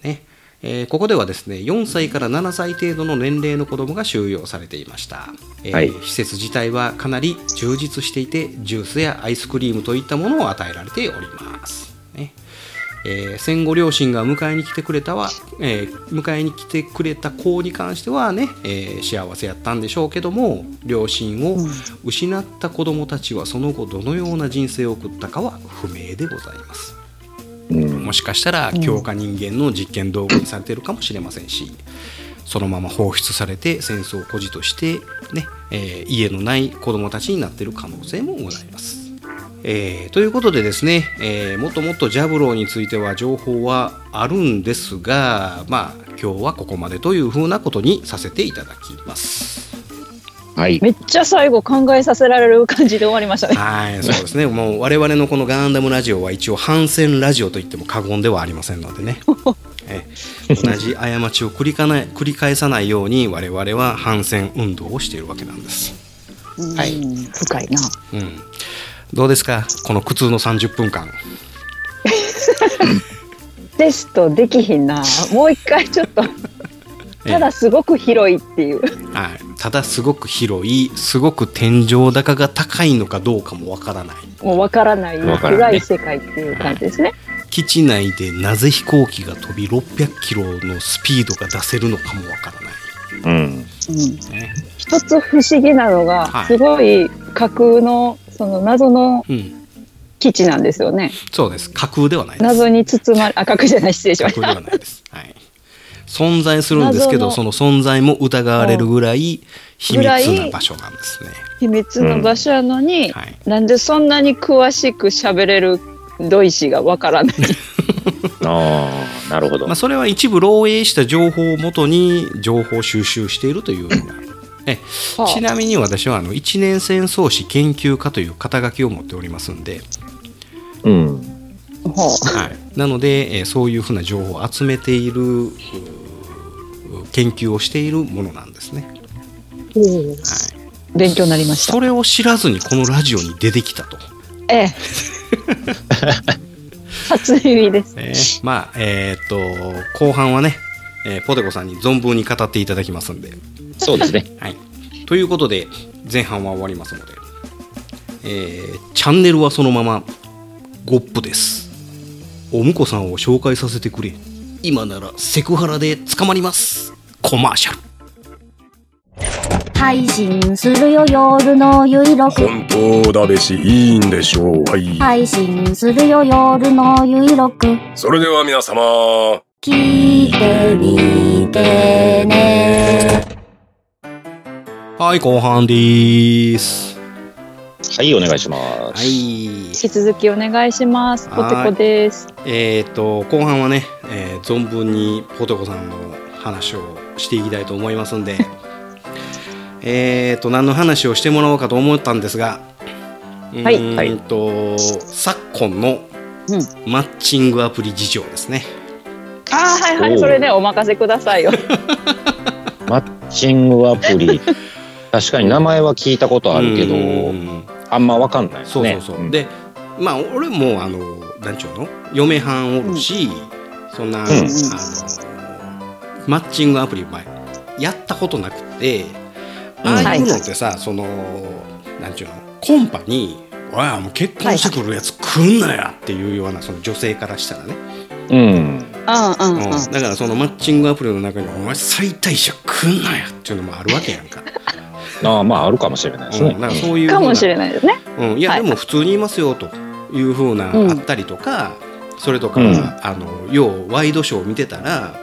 Speaker 1: ねえーここではですね4歳から7歳程度の年齢の子供が収容されていました、えー
Speaker 2: はい
Speaker 1: 施設自体はかなり充実していてジュースやアイスクリームといったものを与えられております、ねえー戦後両親が迎えに来てくれたは、えー迎えに来てくれた子に関してはね、えー幸せやったんでしょうけども両親を失った子供たちはその後どのような人生を送ったかは不明でございます
Speaker 2: うん。
Speaker 1: もしかしたら強化人間の実験道具にされているかもしれませんしそのまま放出されて戦争孤児として、ねえー家のない子どもたちになっている可能性もございます。えーということでですね、えーもっともっとジャブローについては情報はあるんですがまあ今日はここまでというふうなことにさせていただきます。
Speaker 2: はい。
Speaker 3: めっちゃ最後考えさせられる感じで終わりましたね。
Speaker 1: はいそうですねもう我々のこのガンダムラジオは一応反戦ラジオと言っても過言ではありませんのでねええ同じ過ちを繰りかな繰り返さないように我々は反戦運動をしているわけなんです、
Speaker 3: はい。深いな。
Speaker 1: うん、どうですかこの苦痛の30分間
Speaker 3: テストできひんな。もう一回ちょっ と。
Speaker 1: ええ
Speaker 3: ただすごく広いっていう。
Speaker 1: はい、ただすごく広いすごく天井高が高いのかどうかもわからない
Speaker 3: もうわからない
Speaker 2: わからな
Speaker 3: 暗
Speaker 2: い
Speaker 3: い世界っていう感じですね。
Speaker 1: 基地内でなぜ飛行機が飛び600キロのスピードが出せるのかもわからない
Speaker 2: うん。
Speaker 1: ね
Speaker 3: 一つ不思議なのが、
Speaker 1: はい
Speaker 3: すごい架空のその謎の
Speaker 1: うん、
Speaker 3: 基地なんですよね。
Speaker 1: そうです架空ではないです
Speaker 3: 謎に包まれ、あ、架空じゃない、失礼しま
Speaker 1: 架
Speaker 3: し
Speaker 1: 空では
Speaker 3: た。
Speaker 1: ない です。はい。存在するんですけど、そ
Speaker 3: 謎
Speaker 1: の存在も疑われるぐらい秘密な場所なんですね。
Speaker 3: 秘密の場所やのに、
Speaker 1: はい。
Speaker 3: なんでそんなに詳しく喋れるドイシがわからない。
Speaker 2: ああ、なるほど
Speaker 1: まあ、。それは一部漏洩した情報をもとに情報収集しているというのが。え
Speaker 3: はあ
Speaker 1: ちなみに私はあの一年戦争史研究家という肩書きを持っておりますんで、
Speaker 2: うん。
Speaker 3: ほ
Speaker 1: はい、なので、えーそういうふうな情報を集めているうー研究をしているものなんですね。
Speaker 3: う勉強になりました
Speaker 1: そ。れを知らずにこのラジオに出てきたと。
Speaker 3: ええ。初耳です。
Speaker 1: ねまあえーっと後半はね、えーポテコさんに存分に語っていただきますんで、
Speaker 2: そうですね。
Speaker 1: はい、ということで前半は終わりますので、えーチャンネルはそのままゴップですお婿さんを紹介させてくれ今ならセクハラで捕まりますコマーシャル
Speaker 8: 配信するよ夜のゆいろく
Speaker 9: 本当だべし、いいんでしょう。はい。
Speaker 8: 配信するよ夜のゆいろく
Speaker 9: それでは皆様。
Speaker 8: 聞いてみてね
Speaker 1: はい後半でーす
Speaker 2: はい、お願いします。
Speaker 1: はい
Speaker 3: 引き続きお願いします。ポ
Speaker 1: はい
Speaker 3: テコです。
Speaker 1: えー、と後半はね、えー存分にポテコさんの話をしていきたいと思いますんで えーと何の話をしてもらおうかと思ったんですがう
Speaker 3: はい
Speaker 1: ーんと昨今の
Speaker 3: う
Speaker 1: マッチングアプリ事情ですね、
Speaker 3: ああ、はいは
Speaker 2: お
Speaker 3: い、
Speaker 2: う
Speaker 3: それね、お任せく ださいよ。
Speaker 2: マッチングアプリ。確かに名前は聞いたことあるけ
Speaker 1: うー
Speaker 2: ど、
Speaker 1: ん
Speaker 2: あんまわかんないです
Speaker 1: そうそ
Speaker 2: ね。
Speaker 1: うそう、
Speaker 2: ん、
Speaker 1: でまあ俺もあのなんちゅうの嫁はんおるし、そんな、あのマッチングアプリ前やったことなくてああいうのってさ、そのなんちゅうのコンパに「おいもう結婚してくるやつ来んなや」っていうようなその女性からしたらね、
Speaker 2: うん。
Speaker 3: ああ、うん、うん。
Speaker 1: だからそのマッチングアプリの中に「お前最大者来んなや」っていうのもあるわけやんか。
Speaker 2: ああ、まあ、あるかもしれないです
Speaker 1: うん、だ
Speaker 2: ね。
Speaker 1: からそういうふうな
Speaker 3: かもしれないですね。
Speaker 1: うん、いや、
Speaker 3: はい
Speaker 1: でも普通にいますよというふうな、
Speaker 3: うん
Speaker 1: あったりとかそれとか、
Speaker 2: うん
Speaker 1: あの要はワイドショーを見てたら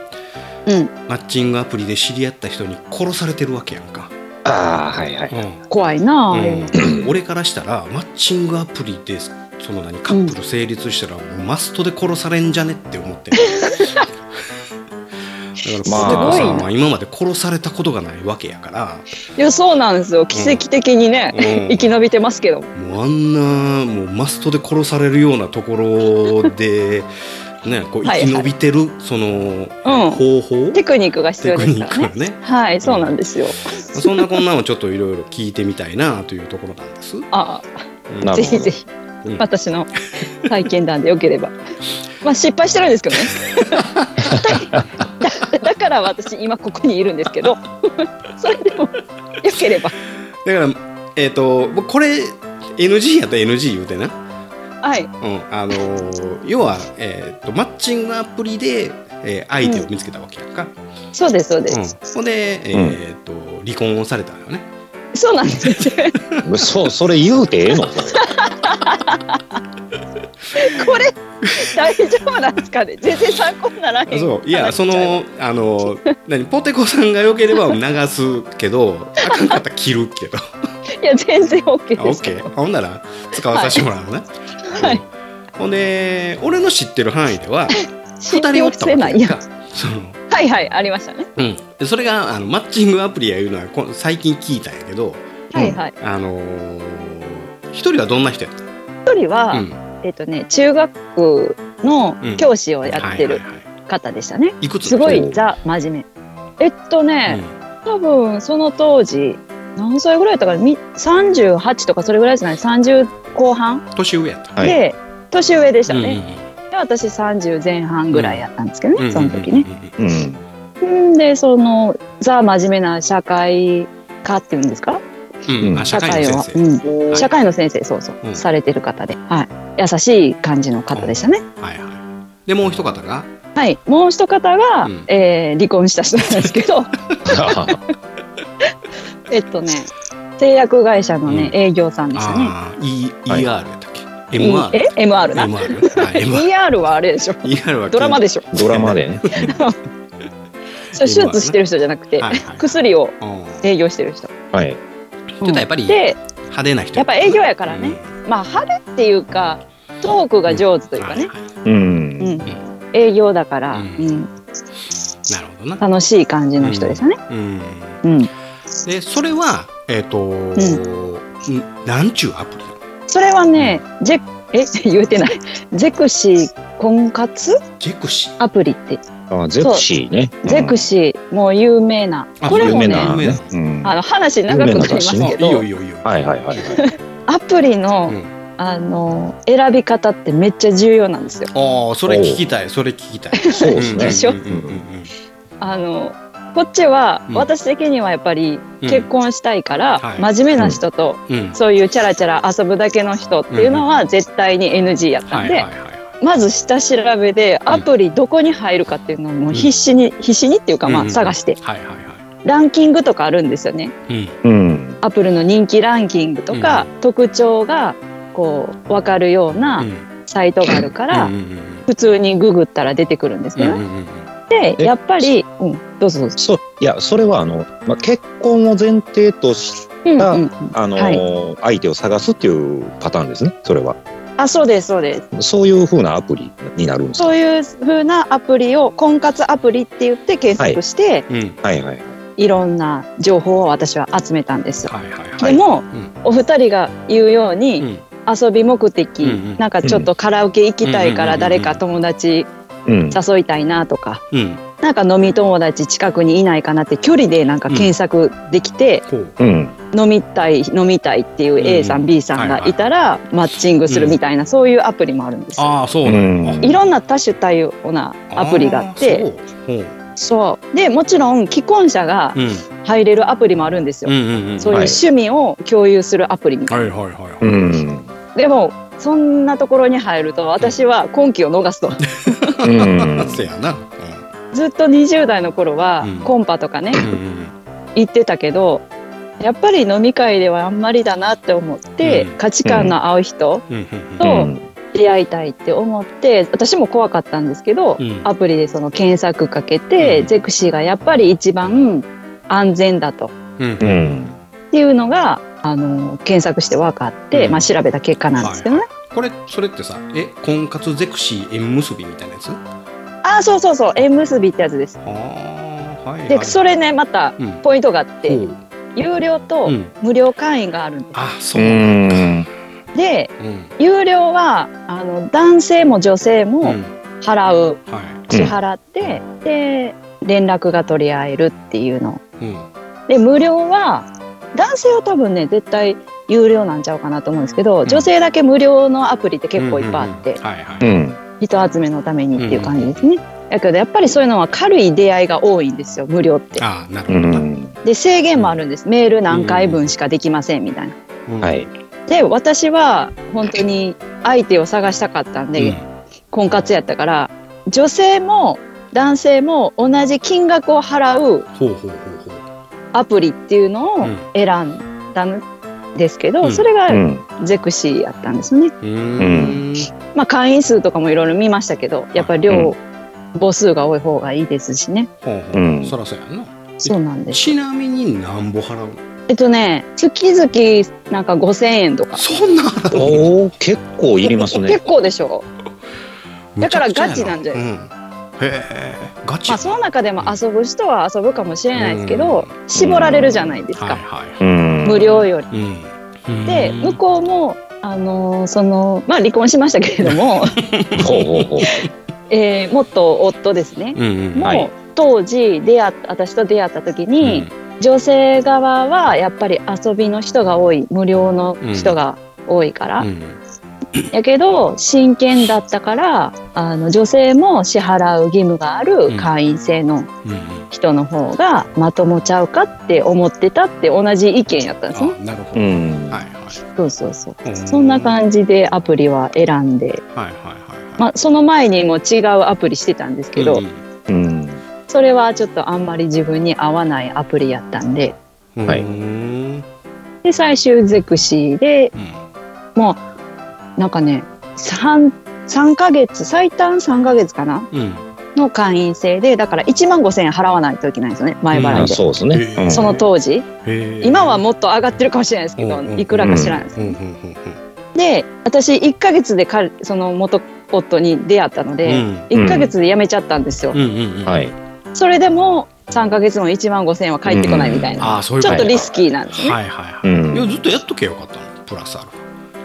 Speaker 3: うん。
Speaker 1: マッチングアプリで知り合った人に殺されてるわけやんか、
Speaker 2: ああ、はいはい。
Speaker 1: う
Speaker 3: 怖いなあ、
Speaker 1: んうん 俺からしたらマッチングアプリでその何カップル成立したら、もうマストで殺されんじゃねって思っ てるだから
Speaker 2: まあ
Speaker 1: ポテコさんは今まで殺されたことがないわけやから、
Speaker 3: いや、そうなんですよ。奇跡的にね、
Speaker 1: うん
Speaker 3: 生き延びてますけど。
Speaker 1: もうあんなもうマストで殺されるようなところ で、ね、こう
Speaker 3: はい
Speaker 1: 生き延びてる、その、方法
Speaker 3: テクニックが必
Speaker 1: テ
Speaker 3: 要
Speaker 1: ク
Speaker 3: です
Speaker 1: ニ
Speaker 3: か
Speaker 1: ッ
Speaker 3: ら
Speaker 1: ク
Speaker 3: ね
Speaker 1: が。ね
Speaker 3: はい、そうなんですよ。
Speaker 1: そんなこんなのちょっといろいろ聞いてみたいなというところなんです。
Speaker 3: あ
Speaker 1: うん
Speaker 2: な
Speaker 3: あ、
Speaker 2: る
Speaker 3: ぜ
Speaker 2: ほ
Speaker 3: ひ
Speaker 2: ど
Speaker 3: ぜひ
Speaker 1: うん、
Speaker 3: 私の体験談でよければ。まあ、失敗してるんですけど ね。だだだから私、今ここにいるんですけど、それでも、よければ。
Speaker 1: だから、えっと僕これ NG やったら NG 言うてな、
Speaker 3: はい、
Speaker 1: うんあのー要は、えー、とマッチングアプリで、えー相手を見つけたわけやんか、
Speaker 3: そうです、そうで
Speaker 1: うん
Speaker 3: す。
Speaker 1: ほんで、えー、と離婚をされたのよね。
Speaker 3: そうなんですよ。
Speaker 2: そう、それ言うてええのそれ
Speaker 3: これ、大丈夫なんですかね。全然参考にならへん。
Speaker 1: そういや
Speaker 3: 話
Speaker 1: そ
Speaker 3: しちゃう
Speaker 1: のあの何ポテコさんが良ければ流すけどあかんかったら切るけど
Speaker 3: いや、全然 OK
Speaker 1: オ
Speaker 3: で
Speaker 1: ッ
Speaker 3: す。
Speaker 1: ケーほんなら使わさせてもらうのね、
Speaker 3: はい
Speaker 1: うんほんで俺の知ってる範囲では2
Speaker 3: 信
Speaker 1: 人お
Speaker 3: 用
Speaker 1: った
Speaker 3: せ
Speaker 1: わ
Speaker 3: ない
Speaker 1: けやん
Speaker 3: や
Speaker 1: か。その
Speaker 3: はいはい、ありましたね。
Speaker 1: うんで、それがあのマッチングアプリやいうのはこ最近聞いたんやけど、
Speaker 3: はいはい。
Speaker 1: あのー、1人はどんな人やった
Speaker 3: 一人は、
Speaker 1: うん
Speaker 3: えっ、とね、中学
Speaker 1: うん
Speaker 3: の教師をやってる
Speaker 1: はいはいは
Speaker 3: 方でしたね。
Speaker 1: い、いくつ
Speaker 3: すごい
Speaker 1: うん
Speaker 3: ザ真面目。えっとね、多分その当時何歳ぐらいだったかなみ38とかそれぐらいじゃない30後半、
Speaker 1: 年上やった
Speaker 2: はい
Speaker 3: で年上でした
Speaker 1: うんうん
Speaker 3: ね、で私30前半ぐらいやったんですけど
Speaker 1: うん
Speaker 3: ね、その時ね
Speaker 1: う、んうんうん
Speaker 2: うん。
Speaker 3: んでそのザ真面目な社会科っていうんですか
Speaker 1: うんうんあ社会の先生、
Speaker 3: を、うん、社
Speaker 1: 会
Speaker 3: 会の先生そうそう、
Speaker 1: うん
Speaker 3: されてる方で、はい、優しい感じの方でしたね、
Speaker 1: はいはいでもう一方が
Speaker 3: はいもう一方が、
Speaker 1: うん
Speaker 3: えー離婚した人なんですけ どえっとね、製薬会社のね、
Speaker 1: うん
Speaker 3: 営業さんでしたね。
Speaker 1: ああ、E、
Speaker 2: はい
Speaker 1: ER やったっけ
Speaker 3: い
Speaker 1: ?MR?
Speaker 3: え ?MR な。
Speaker 1: MR。MR。
Speaker 3: ER はあれで しょ。
Speaker 1: ER は
Speaker 3: ドラマでしょ。
Speaker 2: ドラマでね。
Speaker 3: それ手術してる人じゃなくて、
Speaker 1: はいはい
Speaker 3: 薬を
Speaker 1: うん
Speaker 3: 営業してる人。
Speaker 2: はい。
Speaker 1: ちょっとやっぱり
Speaker 3: で、
Speaker 1: 派手な人。
Speaker 3: やっぱ営業やからね。まあ、春っていうか、トークが上手と
Speaker 1: と
Speaker 3: いうかね。
Speaker 2: う。
Speaker 3: うんん。営業だから、
Speaker 1: う
Speaker 3: うんん。
Speaker 1: なるほどな。
Speaker 3: 楽しい感じの人でしたね。
Speaker 1: うん。
Speaker 3: うん。
Speaker 1: で、それは、えっと、んなんちゅうアプリ
Speaker 3: それはね、ジェえ 言うてない。ゼクシー婚活
Speaker 1: ジェクシー。
Speaker 3: アプリって、
Speaker 2: あゼクシーね。
Speaker 3: ゼク
Speaker 2: シ
Speaker 3: シー、もう有名な。
Speaker 1: あ
Speaker 3: これ
Speaker 2: 有
Speaker 3: も
Speaker 2: 名
Speaker 3: ね、
Speaker 2: な
Speaker 1: 有名な
Speaker 2: ね。うん
Speaker 3: あの話長くなります
Speaker 1: あい
Speaker 3: け
Speaker 1: いよ
Speaker 3: ど
Speaker 1: いい、よいいよ。
Speaker 2: はいはいはい。
Speaker 3: アプリの、
Speaker 1: うん
Speaker 3: あの選び方ってめっちゃ重要なんですよ。
Speaker 1: ああ、それ聞きたい、それ聞きたい。
Speaker 2: そうですね。
Speaker 3: しょ
Speaker 1: うんうんうんうん
Speaker 3: あのこっちは、
Speaker 1: うん
Speaker 3: 私的にはやっぱり
Speaker 1: うん
Speaker 3: 結婚したいから、
Speaker 1: はい
Speaker 3: 真面目な人と、
Speaker 1: うん。
Speaker 3: そういうチャラチャラ遊ぶだけの人っていうのは絶対に NG やった
Speaker 1: は
Speaker 3: ん
Speaker 1: い
Speaker 3: で、
Speaker 1: はいはい。
Speaker 3: まず下調べでアプリどこに入るかっていうのをもう必死に、必死にっていうかま
Speaker 1: うんう
Speaker 3: あ
Speaker 1: ん
Speaker 3: 探して
Speaker 1: はいはいは
Speaker 3: ランキングとかあるんですよね。
Speaker 1: い。うん。
Speaker 2: うん。
Speaker 3: アプリの人気ランキングとか、特徴がこう分かるようなサイトがあるから、
Speaker 1: うんうんうん
Speaker 3: 普通にググったら出てくるんですけ
Speaker 1: う
Speaker 3: ど、
Speaker 1: んうんうんうん
Speaker 3: で
Speaker 2: え
Speaker 3: やっぱり、うん、どうぞどうぞ。
Speaker 2: そういやそれはあの、まあ、結婚を前提とし
Speaker 3: うん
Speaker 2: あ
Speaker 3: うん、
Speaker 2: あの、相手を探すっていうパターンですねそれは
Speaker 3: あそうですそうです
Speaker 2: そういう風なアプリになるんですか
Speaker 3: そういう風なアプリを婚活アプリって言って検索して、
Speaker 1: うん
Speaker 2: はいはい
Speaker 3: い、ろんな情報を私は集めたんですよ。
Speaker 1: はいはいはい。
Speaker 3: でも、
Speaker 1: ん
Speaker 3: お二人が言うように、
Speaker 1: うん
Speaker 3: 遊び目的、
Speaker 1: うんうん
Speaker 3: なんかちょっとカラオケ行きたいか
Speaker 1: うん
Speaker 3: ら
Speaker 1: うんうんうん
Speaker 3: 誰か友達
Speaker 2: うん
Speaker 3: 誘いたいなとか、
Speaker 1: うん。
Speaker 3: なんか飲み友達近くにいないかなって距離でなんか検索できて、
Speaker 1: ほう。
Speaker 2: うん
Speaker 3: 飲みたい飲みたいっていう A さ
Speaker 1: う
Speaker 3: ん、
Speaker 1: ん
Speaker 3: B さんがいたらマッチングするみたいな、そういうアプリもあるんですよ。
Speaker 1: ああそうなんや
Speaker 2: うん
Speaker 3: いろんな多種多様なアプリがあって
Speaker 1: あーそうほう
Speaker 3: そうでもちろん既婚者が
Speaker 1: うん
Speaker 3: 入れるアプリもあるんですよ、
Speaker 1: うんうんうん
Speaker 3: そういう
Speaker 2: はい
Speaker 3: 趣味を共有するアプリみたい
Speaker 1: はい
Speaker 3: な、
Speaker 1: はいはいはい、
Speaker 2: うん。
Speaker 3: でもそんなところに入ると私は今期を逃すと
Speaker 2: う ん。
Speaker 1: せやな、
Speaker 3: ずっと20代の頃は
Speaker 1: うん
Speaker 3: コンパとかね、
Speaker 1: うんうんうん
Speaker 3: 行ってたけどやっぱり飲み会ではあんまりだなって思って、
Speaker 1: うん
Speaker 3: 価値観の合う人
Speaker 1: うん
Speaker 3: と出会いたいって思って私も怖かったんですけど、
Speaker 1: うん
Speaker 3: アプリでその検索かけて、
Speaker 1: うん
Speaker 3: ゼクシーがやっぱり一番安全だと
Speaker 1: うん
Speaker 2: う
Speaker 1: うん
Speaker 2: ん。
Speaker 3: っていうのがあの検索して分かって、
Speaker 1: うん
Speaker 3: まあ、調べた結果なんですけどね、
Speaker 1: これそれってさえ婚活ゼクシー縁結びみたいなやつあ
Speaker 3: ああそうそうそう縁結びってやつです。
Speaker 1: あはいはい
Speaker 3: でそれねまた
Speaker 1: うん
Speaker 3: ポイントがあって、
Speaker 1: ほう
Speaker 3: 有料と
Speaker 1: うん
Speaker 3: 無料会員があるんで
Speaker 1: あそううなんや
Speaker 2: ん。
Speaker 3: す。で
Speaker 1: うん
Speaker 3: 有料はあの男性も女性
Speaker 1: うん
Speaker 3: も払う、
Speaker 1: は
Speaker 3: 支払って、で連絡が取り合えるっていうの
Speaker 1: いうん
Speaker 3: で無料は男性は多分ね絶対有料なんちゃうかなと思うんですけど、
Speaker 1: ん
Speaker 3: 女性だけ無料のアプリって結構いっぱいあって、
Speaker 1: うんうんうんはいは
Speaker 2: う
Speaker 1: い
Speaker 2: ん。
Speaker 3: 人集めのためにっていう感じですね。だけどやっぱりそういうのは軽い出会いが多いんですよ無料って。
Speaker 1: ああなる
Speaker 2: う
Speaker 1: ほどな、
Speaker 2: ん。
Speaker 3: で制限もあるんですメール何回分しかできませんみたいな。
Speaker 1: うん
Speaker 2: はい。
Speaker 3: で私は本当に相手を探したかったんで、婚活やったから女性も男性も同じ金額を払う
Speaker 1: ほうほうほうほう
Speaker 3: アプリっていうのを
Speaker 1: うん
Speaker 3: 選んだんですけど、
Speaker 1: うん
Speaker 3: それ
Speaker 2: う
Speaker 3: が
Speaker 2: ん。
Speaker 3: ゼクシーやったんですね、
Speaker 1: うーん
Speaker 3: まあ会員数とかもいろいろ見ましたけどやっぱり量、母数が多い方がいいですしね
Speaker 1: ほうほう、
Speaker 2: うん
Speaker 1: そらそうやんな
Speaker 3: そうなんです
Speaker 1: ちなみになんぼ払うの
Speaker 3: えっとね月々なんか5,000円とか
Speaker 1: そんな払うの
Speaker 2: おお、結構いりますね
Speaker 3: 結。構でしょだからガチなんじゃない
Speaker 1: うん、へえガチ
Speaker 3: まあその中でも遊ぶ人は遊ぶかもしれないですけど、
Speaker 1: う
Speaker 3: 絞られるじゃないですか、
Speaker 1: はいはいは
Speaker 2: うん。
Speaker 3: 無。料より。
Speaker 1: い、うん、
Speaker 3: で
Speaker 1: うん
Speaker 3: 向こうもあのーそのまあ離婚しましたけれど も、
Speaker 2: ほうほうほう。
Speaker 3: えー、元夫ですね、
Speaker 1: うんうん
Speaker 3: もう、
Speaker 2: はい
Speaker 3: 当時出会った私と出会った時に、女性側はやっぱり遊びの人が多い無料の人が多いから、
Speaker 1: うん
Speaker 3: やけど真剣だったからあの女性も支払う義務がある会員制の
Speaker 1: うんうん
Speaker 3: 人の方がまともちゃうかって思ってたって同じ意見やったんですね。
Speaker 1: あなるほ
Speaker 2: う
Speaker 1: ど、は
Speaker 2: ん。
Speaker 1: いは
Speaker 3: そうそうそう
Speaker 1: い
Speaker 3: そんな感じでアプリは選んで、
Speaker 1: じはいはいはいはい
Speaker 3: まあ、その前にも違うアプリしてたんですけど、
Speaker 1: うん
Speaker 2: うん。
Speaker 3: それはちょっとあんまり自分に合わないアプリやったんで
Speaker 1: うん
Speaker 2: はい
Speaker 1: うん
Speaker 3: で最終ゼクシーでなんかね 3, 3ヶ月最短3ヶ月かな
Speaker 1: うん
Speaker 3: の会員制でだから1万5,000円払わないといけないんですよね前払
Speaker 2: あ
Speaker 3: いで、
Speaker 2: そうですね。うん
Speaker 3: その当時、
Speaker 1: へえ
Speaker 3: 今はもっと上がってるかもしれないですけど、
Speaker 1: うんうん
Speaker 3: いくらか知らないで
Speaker 1: う
Speaker 3: す、
Speaker 1: んうんうん
Speaker 3: で私1ヶ月で彼その元夫に出会ったの
Speaker 1: う
Speaker 3: で、
Speaker 1: ん
Speaker 2: ん
Speaker 3: 1ヶ月で辞めちゃったんですよ、
Speaker 1: うんうんうん
Speaker 2: はい。
Speaker 3: それでも3ヶ月後の1万5,000円は返ってこないみたいな、
Speaker 1: ああそういう
Speaker 3: ち
Speaker 1: こ
Speaker 3: ょっ
Speaker 1: と
Speaker 3: とリスキーなんですね、
Speaker 1: はいはいは
Speaker 2: う
Speaker 1: い、
Speaker 2: ん
Speaker 1: いやずっとやっとけよかったのプラスアルファ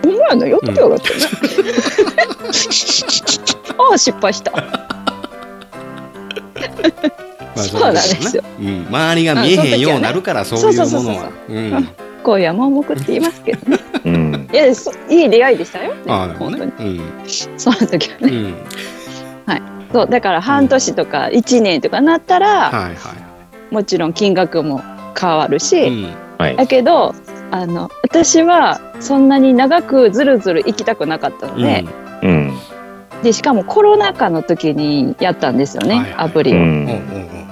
Speaker 3: ほんまやなよくよかった なああ失敗したそうなんですよ、
Speaker 1: まあそううん、周りが見えへんようになるからそういうものはうん
Speaker 3: 恋は盲目って言いますけどね
Speaker 2: うん。
Speaker 3: いやそいい出会いでしたよ、
Speaker 1: ああでも
Speaker 3: 本当に
Speaker 1: ねうん
Speaker 3: その時はね
Speaker 1: うん
Speaker 3: そうだから半年とか1年とかなったら、
Speaker 1: はいは
Speaker 3: もちろん金額も変わる
Speaker 1: い、
Speaker 3: し、
Speaker 1: うん、
Speaker 2: はい。
Speaker 3: だけどあの私はそんなに長くずるずる行きたくなかったので,、
Speaker 2: うん。
Speaker 3: でしかもコロナ禍の時にやったんですよ
Speaker 1: は
Speaker 3: ね、
Speaker 1: いはい
Speaker 3: アプリ
Speaker 2: う
Speaker 3: を、
Speaker 1: うんうん
Speaker 2: ん。
Speaker 1: うんうん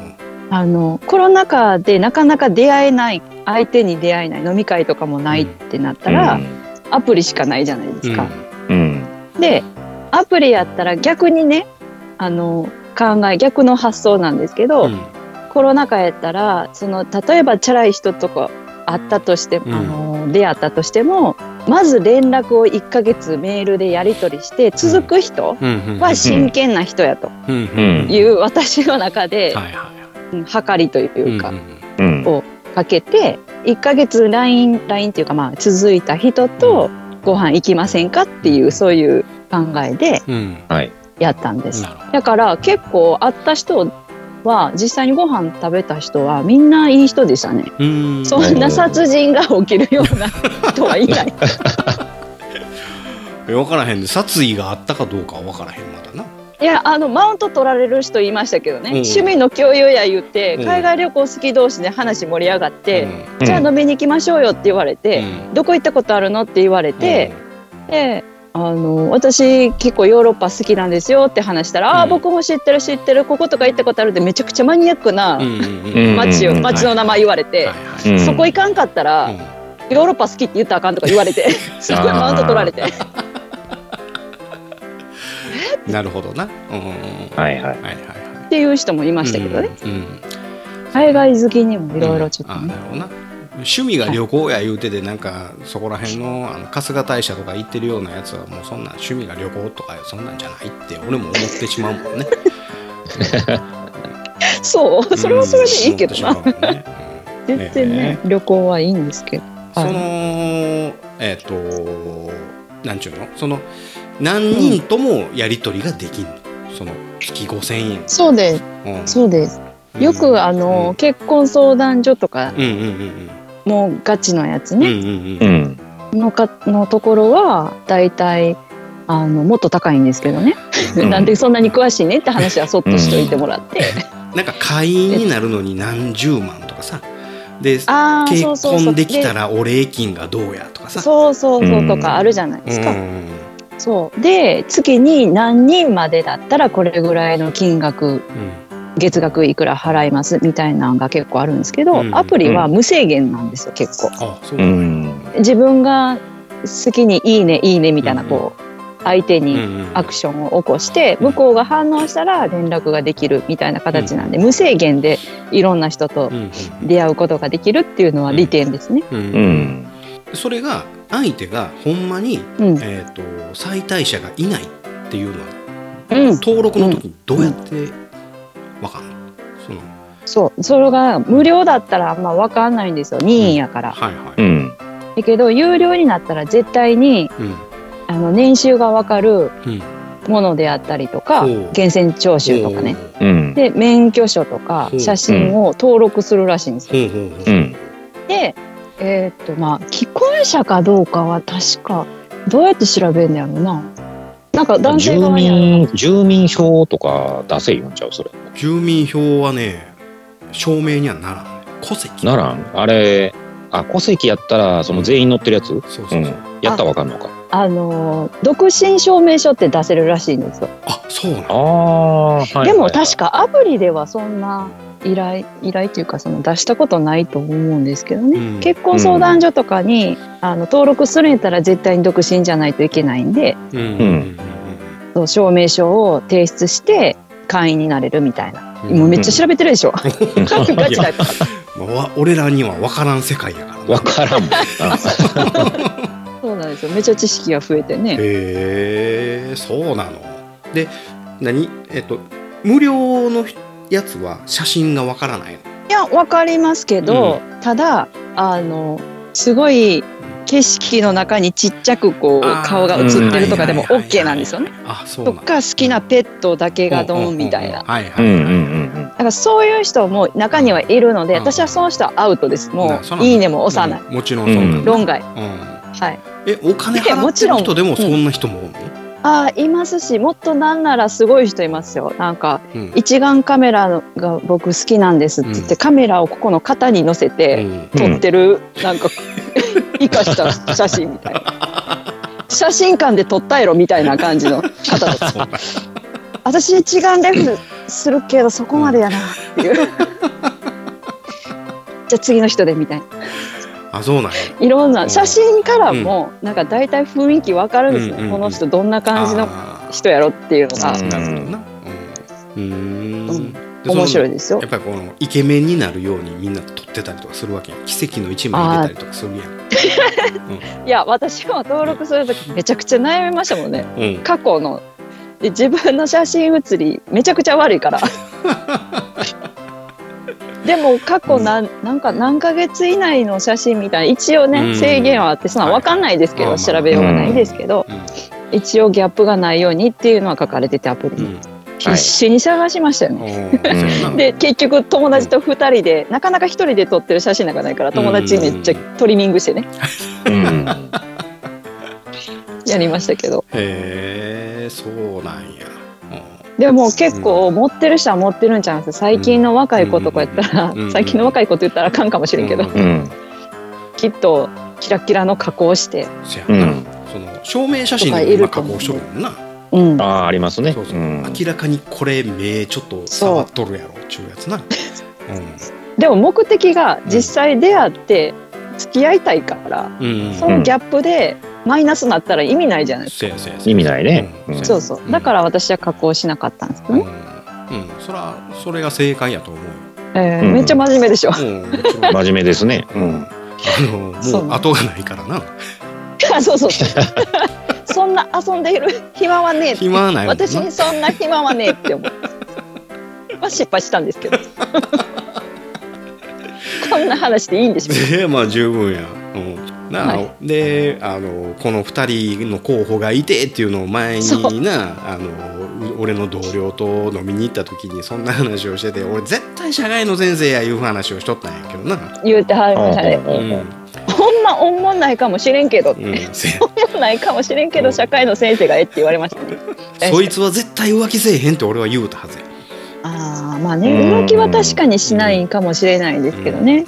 Speaker 3: あのコロナ禍でなかなか出会えない相手に出会えない飲み会とかもないってなったら、アプリしかないじゃないですか。
Speaker 2: うん。
Speaker 3: でアプリやったら逆にねあの考え逆の発想なんですけど、
Speaker 1: うん
Speaker 3: コロナ禍やったらその例えばチャラい人とか会ったとしても、
Speaker 1: うん
Speaker 3: あの出会ったとしてもまず連絡を1ヶ月メールでやり取りして続く人
Speaker 1: うんうんうん
Speaker 3: は真剣な人やと
Speaker 1: うん
Speaker 2: うん
Speaker 3: いう私の中で、
Speaker 1: はいは
Speaker 3: うん測りと
Speaker 1: い
Speaker 3: いうか、
Speaker 1: んん
Speaker 2: うん。
Speaker 3: かけて1ヶ月 LINE, LINE っていうかまあ続いた人とご飯行きませんかっていうそういう考えで
Speaker 1: うん
Speaker 2: はい。
Speaker 3: やったんです
Speaker 1: なるほど
Speaker 3: だから結構会った人は実際にご飯食べた人はみんないい人でしたね。
Speaker 1: うーん
Speaker 3: そんな殺人が起きるような人は いない。
Speaker 1: 分からへんで殺意があったかどうかは分からへんまだない
Speaker 3: やあのマウント取られる人いましたけどね、
Speaker 1: うん
Speaker 3: 趣味の共有や言って、
Speaker 1: うん
Speaker 3: 海外旅行好き同士で話盛り上がって、
Speaker 2: うん
Speaker 3: じゃあ飲みに行きましょうよって言われ
Speaker 1: うん
Speaker 3: て、
Speaker 1: うん
Speaker 3: どこ行ったことあるのって言われて、であの私結構ヨーロッパ好きなんですよって話したら、
Speaker 1: う
Speaker 3: ああ
Speaker 1: ん
Speaker 3: 僕も知ってる知ってるこことか行ったことあるってめちゃくちゃマニアック
Speaker 1: う
Speaker 3: なん
Speaker 1: うんうん
Speaker 2: うん
Speaker 3: 街を、
Speaker 2: うん
Speaker 3: 街の名前言われて、
Speaker 1: はいはい
Speaker 2: うん
Speaker 3: そこ行かんかったら、
Speaker 1: うん
Speaker 3: ヨーロッパ好きって言ったらあかんとか言わ れてすごいマウント取られて。
Speaker 1: なるほどな。うんうんうん
Speaker 2: はい
Speaker 1: はい
Speaker 2: はい。
Speaker 1: はいはい。
Speaker 3: っていう人もいましたけどね、
Speaker 1: うんうん
Speaker 3: 海外好きにもいろいろちょっと
Speaker 1: あ
Speaker 3: ね
Speaker 1: なるほどな。趣味が旅行や言うててなんかそこら辺のあの春日大社とか行ってるようなやつはもうそんなん趣味が旅行とかそんなんじゃないって俺も思ってしまうもんね。
Speaker 3: そう、それはそれでいいけど
Speaker 1: う
Speaker 3: な。
Speaker 1: ん思ってしまうもんねうん
Speaker 3: 全然ね、旅行はいいんですけど。
Speaker 1: その
Speaker 3: は、
Speaker 1: えっ、と、なんちゅうのその、何人ともやり取りができんの。その、月5000円。
Speaker 3: そうです、
Speaker 1: うん
Speaker 3: そうです。よくあの、、結婚相談所とか、
Speaker 1: うんうんうん
Speaker 3: もうガチのやつ
Speaker 1: うん。うん
Speaker 3: ね、
Speaker 1: うん
Speaker 2: う
Speaker 1: うん。
Speaker 2: ん。
Speaker 3: のかのところは大体あのもっと高いんですけどね、
Speaker 2: うん
Speaker 3: なんでそんなに詳しいねって話はそっとしといてもらって、
Speaker 1: なんか会員になるのに何十万とかさ。で、
Speaker 3: ああ
Speaker 1: 結
Speaker 3: そうそうそう
Speaker 1: 婚できた
Speaker 3: ら
Speaker 1: らお礼金がどうやとかさ。
Speaker 3: そうそうそうとかあるじゃないですか、
Speaker 1: うん
Speaker 3: そうで月に何人までだったらこれぐらいの金額
Speaker 1: うん
Speaker 3: 月額いくら払いますみたいなのが結構あるんですけど、
Speaker 1: うん
Speaker 3: アプリは無制限なんですよ結構
Speaker 1: あ、そう
Speaker 2: う
Speaker 1: なんだ。
Speaker 2: ん。
Speaker 3: 自分が好きに「いいねいいね」みたいな
Speaker 1: うん
Speaker 3: こう相手
Speaker 1: うん
Speaker 3: に
Speaker 1: うんうん
Speaker 3: アクションを起こして向こうが反応したら連絡ができるみたいな形なんで無制限でいろんな人と
Speaker 1: うん
Speaker 3: 出会うことができるっていうのは利点ですね。
Speaker 1: うん
Speaker 2: う
Speaker 1: うん
Speaker 2: ん。
Speaker 1: それが相手がほんまに、
Speaker 3: うん、
Speaker 1: えっと再退者がいないっていうのは
Speaker 3: うん、
Speaker 1: 登録の時にどうやってわかんのその
Speaker 3: そうそれが無料だったらあんま分かんないんですよ任意やから。
Speaker 1: はいは
Speaker 2: う
Speaker 1: い、
Speaker 2: ん。
Speaker 3: だけど有料になったら絶対に
Speaker 1: うん
Speaker 3: あの年収が分かる
Speaker 1: うん
Speaker 3: ものであったりとか
Speaker 1: ほう
Speaker 3: 源泉徴収とかね
Speaker 2: うん。
Speaker 3: で免許証とか
Speaker 1: ほう
Speaker 3: 写真を登録するらしいんですよ。
Speaker 1: ほうほうほう
Speaker 2: うん。
Speaker 3: でえーっとまあ既婚者かどうかは確かどうやって調べんのやろな。なんか男性
Speaker 2: 住
Speaker 3: 側にある
Speaker 2: 民、住民票とか出せ言うんちゃうそれ。
Speaker 1: 住民票はね証明にはならない戸籍
Speaker 2: ならんあれ、あ、戸籍やったら、その全員乗ってるやつ
Speaker 1: そう
Speaker 2: う
Speaker 1: そ
Speaker 2: ん
Speaker 1: うそう、。
Speaker 2: やったらわかんのか。
Speaker 3: あのー独身証明書って出せるらしいんですよ。
Speaker 1: あそうなん
Speaker 2: ああ、はいはい。
Speaker 3: でも確かアプリではそんな依頼依頼というかその出したことないと思うんですけどね、
Speaker 1: うん
Speaker 3: 結婚相談所とかに、あの登録するんやったら絶対に独身じゃないといけないんで
Speaker 1: うんうん
Speaker 3: そう証明書を提出して会員になれるみたいな、
Speaker 1: うんうん
Speaker 3: もうめっちゃ調べてるで しょ、
Speaker 1: うん
Speaker 3: ガチだから
Speaker 1: まあわ俺らには分からん世界やからな
Speaker 2: わからんもん。
Speaker 3: そうなんですよめっちゃ知識が増えてね
Speaker 1: へえそうなので何えっと無料のやつは写真がわからないの
Speaker 3: いやわかりますけど、ただあのすごい景色の中にちっちゃくこう
Speaker 1: あー
Speaker 3: 顔が映ってるとかでも
Speaker 1: うんはいはいはいはい
Speaker 3: OK なんですよね
Speaker 1: あそうな
Speaker 3: と
Speaker 1: の
Speaker 3: か好きなペットだけがドンみたいな。
Speaker 1: はいは
Speaker 2: う
Speaker 1: い
Speaker 2: ん
Speaker 1: はい、
Speaker 2: うんうん
Speaker 3: だからそういう人も中にはいるので、
Speaker 1: うん
Speaker 3: 私はその人はアウトです。も
Speaker 1: なそうな
Speaker 3: う
Speaker 1: んだ
Speaker 3: いいねも押さない。
Speaker 1: うんもちろんそうなんだ
Speaker 2: うん
Speaker 3: 論外。
Speaker 1: うん
Speaker 3: はい。
Speaker 1: えお金
Speaker 3: いや
Speaker 1: 払
Speaker 3: も
Speaker 1: って
Speaker 3: ちろ
Speaker 1: る
Speaker 3: ん
Speaker 1: 人でもそんな人もおんの、
Speaker 3: ああいますし、もっとなんならすごい人いますよ。なんか
Speaker 1: うん
Speaker 3: 一眼カメラが僕好きなんですって言って、カメラをここの肩に乗せて
Speaker 1: うん
Speaker 2: うん。
Speaker 3: 撮ってる、なんか 生かした写真みたいな。写真館で撮ったやろみたいな感じの方とか
Speaker 1: そうなんだ
Speaker 3: 私一眼レフするけどそこまでやなっていうじゃあ次の人でみたいな
Speaker 1: あそうなんや
Speaker 3: いろ
Speaker 1: う
Speaker 3: ん
Speaker 1: ん
Speaker 3: な写真からもなんか大体雰囲気わかるんですね、
Speaker 1: うんうんうん
Speaker 3: この人どんな感じの
Speaker 1: あー
Speaker 3: 人やろっていうのが
Speaker 2: うん
Speaker 1: なるほどなうんうーん
Speaker 3: うん
Speaker 1: で
Speaker 3: 面白い
Speaker 1: そ
Speaker 3: ですよ
Speaker 1: のやっぱりこのイケメンになるようにみんな撮ってたりとかするわけやん奇跡の一枚入れたりとかするやん
Speaker 3: いや私も登録する時めちゃくちゃ悩みましたもんね
Speaker 1: うん
Speaker 3: 過去ので自分の写真写りめちゃくちゃ悪いから でも過去何,、なんか何ヶ月以内の写真みたいな一応ね、
Speaker 1: うん
Speaker 3: 制限はあってそんなん分かんないですけど、
Speaker 1: はい
Speaker 3: 調べようがないですけど、
Speaker 1: うん
Speaker 3: 一応ギャップがないようにっていうのは書かれててアプリに、
Speaker 1: うん
Speaker 3: 必死に探しましたよね。
Speaker 1: うん
Speaker 3: で結局友達と2人でなかなか1人で撮ってる写真なんかないから友達めっちゃトリミングしてね
Speaker 2: うん。
Speaker 3: やりましたけど
Speaker 1: へえそうなんや、
Speaker 3: でも結構持ってる人は持ってるんちゃうんです最近の若い子とかやったら
Speaker 1: うん
Speaker 3: 最近の若い子って言ったらあかんかもしれんけど
Speaker 1: うん
Speaker 2: うん。
Speaker 3: きっとキラキラの加工して、
Speaker 1: うん、せや
Speaker 2: う
Speaker 1: な、
Speaker 2: ん。
Speaker 1: その証明写真で今加工しとるもんな
Speaker 3: うん
Speaker 2: あ、あ、ありますね。
Speaker 1: そうそう、
Speaker 2: ん。
Speaker 1: 明らかにこれ目ちょっと触っとるやろっちゅうやつなう
Speaker 3: でも目的が実際出会って付き合いたいから
Speaker 1: ん、うん、
Speaker 3: そのギャップでマイナスになったら意味ないじゃないです
Speaker 1: せやせやせや
Speaker 2: 意味ないね。
Speaker 1: うん
Speaker 2: うん
Speaker 3: かそうそうだから私は加工しなかったんですけど
Speaker 1: うん、う
Speaker 3: ね、
Speaker 1: ん、そらそれが正解やと思 うよ
Speaker 3: えー
Speaker 2: うん
Speaker 3: めっちゃ真面目で しょ
Speaker 1: うんもちろん
Speaker 2: 真面目ですね。
Speaker 1: う
Speaker 2: うんん。
Speaker 1: あのもう後がないからな
Speaker 3: あそうそう そんな遊んでいる暇はねえって
Speaker 1: 暇はないもんな
Speaker 3: 私にそんな暇はねえって思う。まあ失敗したんです けど。こんな話でいいんでしょうか。
Speaker 1: ええまあ十分や、うん、なあ、
Speaker 3: は
Speaker 1: であのこの2人の候補がいてっていうのを前
Speaker 3: そ
Speaker 1: になあのう俺の同僚と飲みに行った時にそんな話をしてて俺絶対社外の先生やいう話をしとったんやけどな、
Speaker 3: 言うてはりましたね。
Speaker 1: うん
Speaker 2: うん
Speaker 3: ほんま恩もないかもしれんけど。
Speaker 1: うん、せや
Speaker 3: 恩もないかもしれんけど社会の先生がええって言われましたね。
Speaker 1: そいつは絶対浮気せえへんって俺は言うたはずや
Speaker 3: ああまあね動きは確かにしないかもしれないですけどね。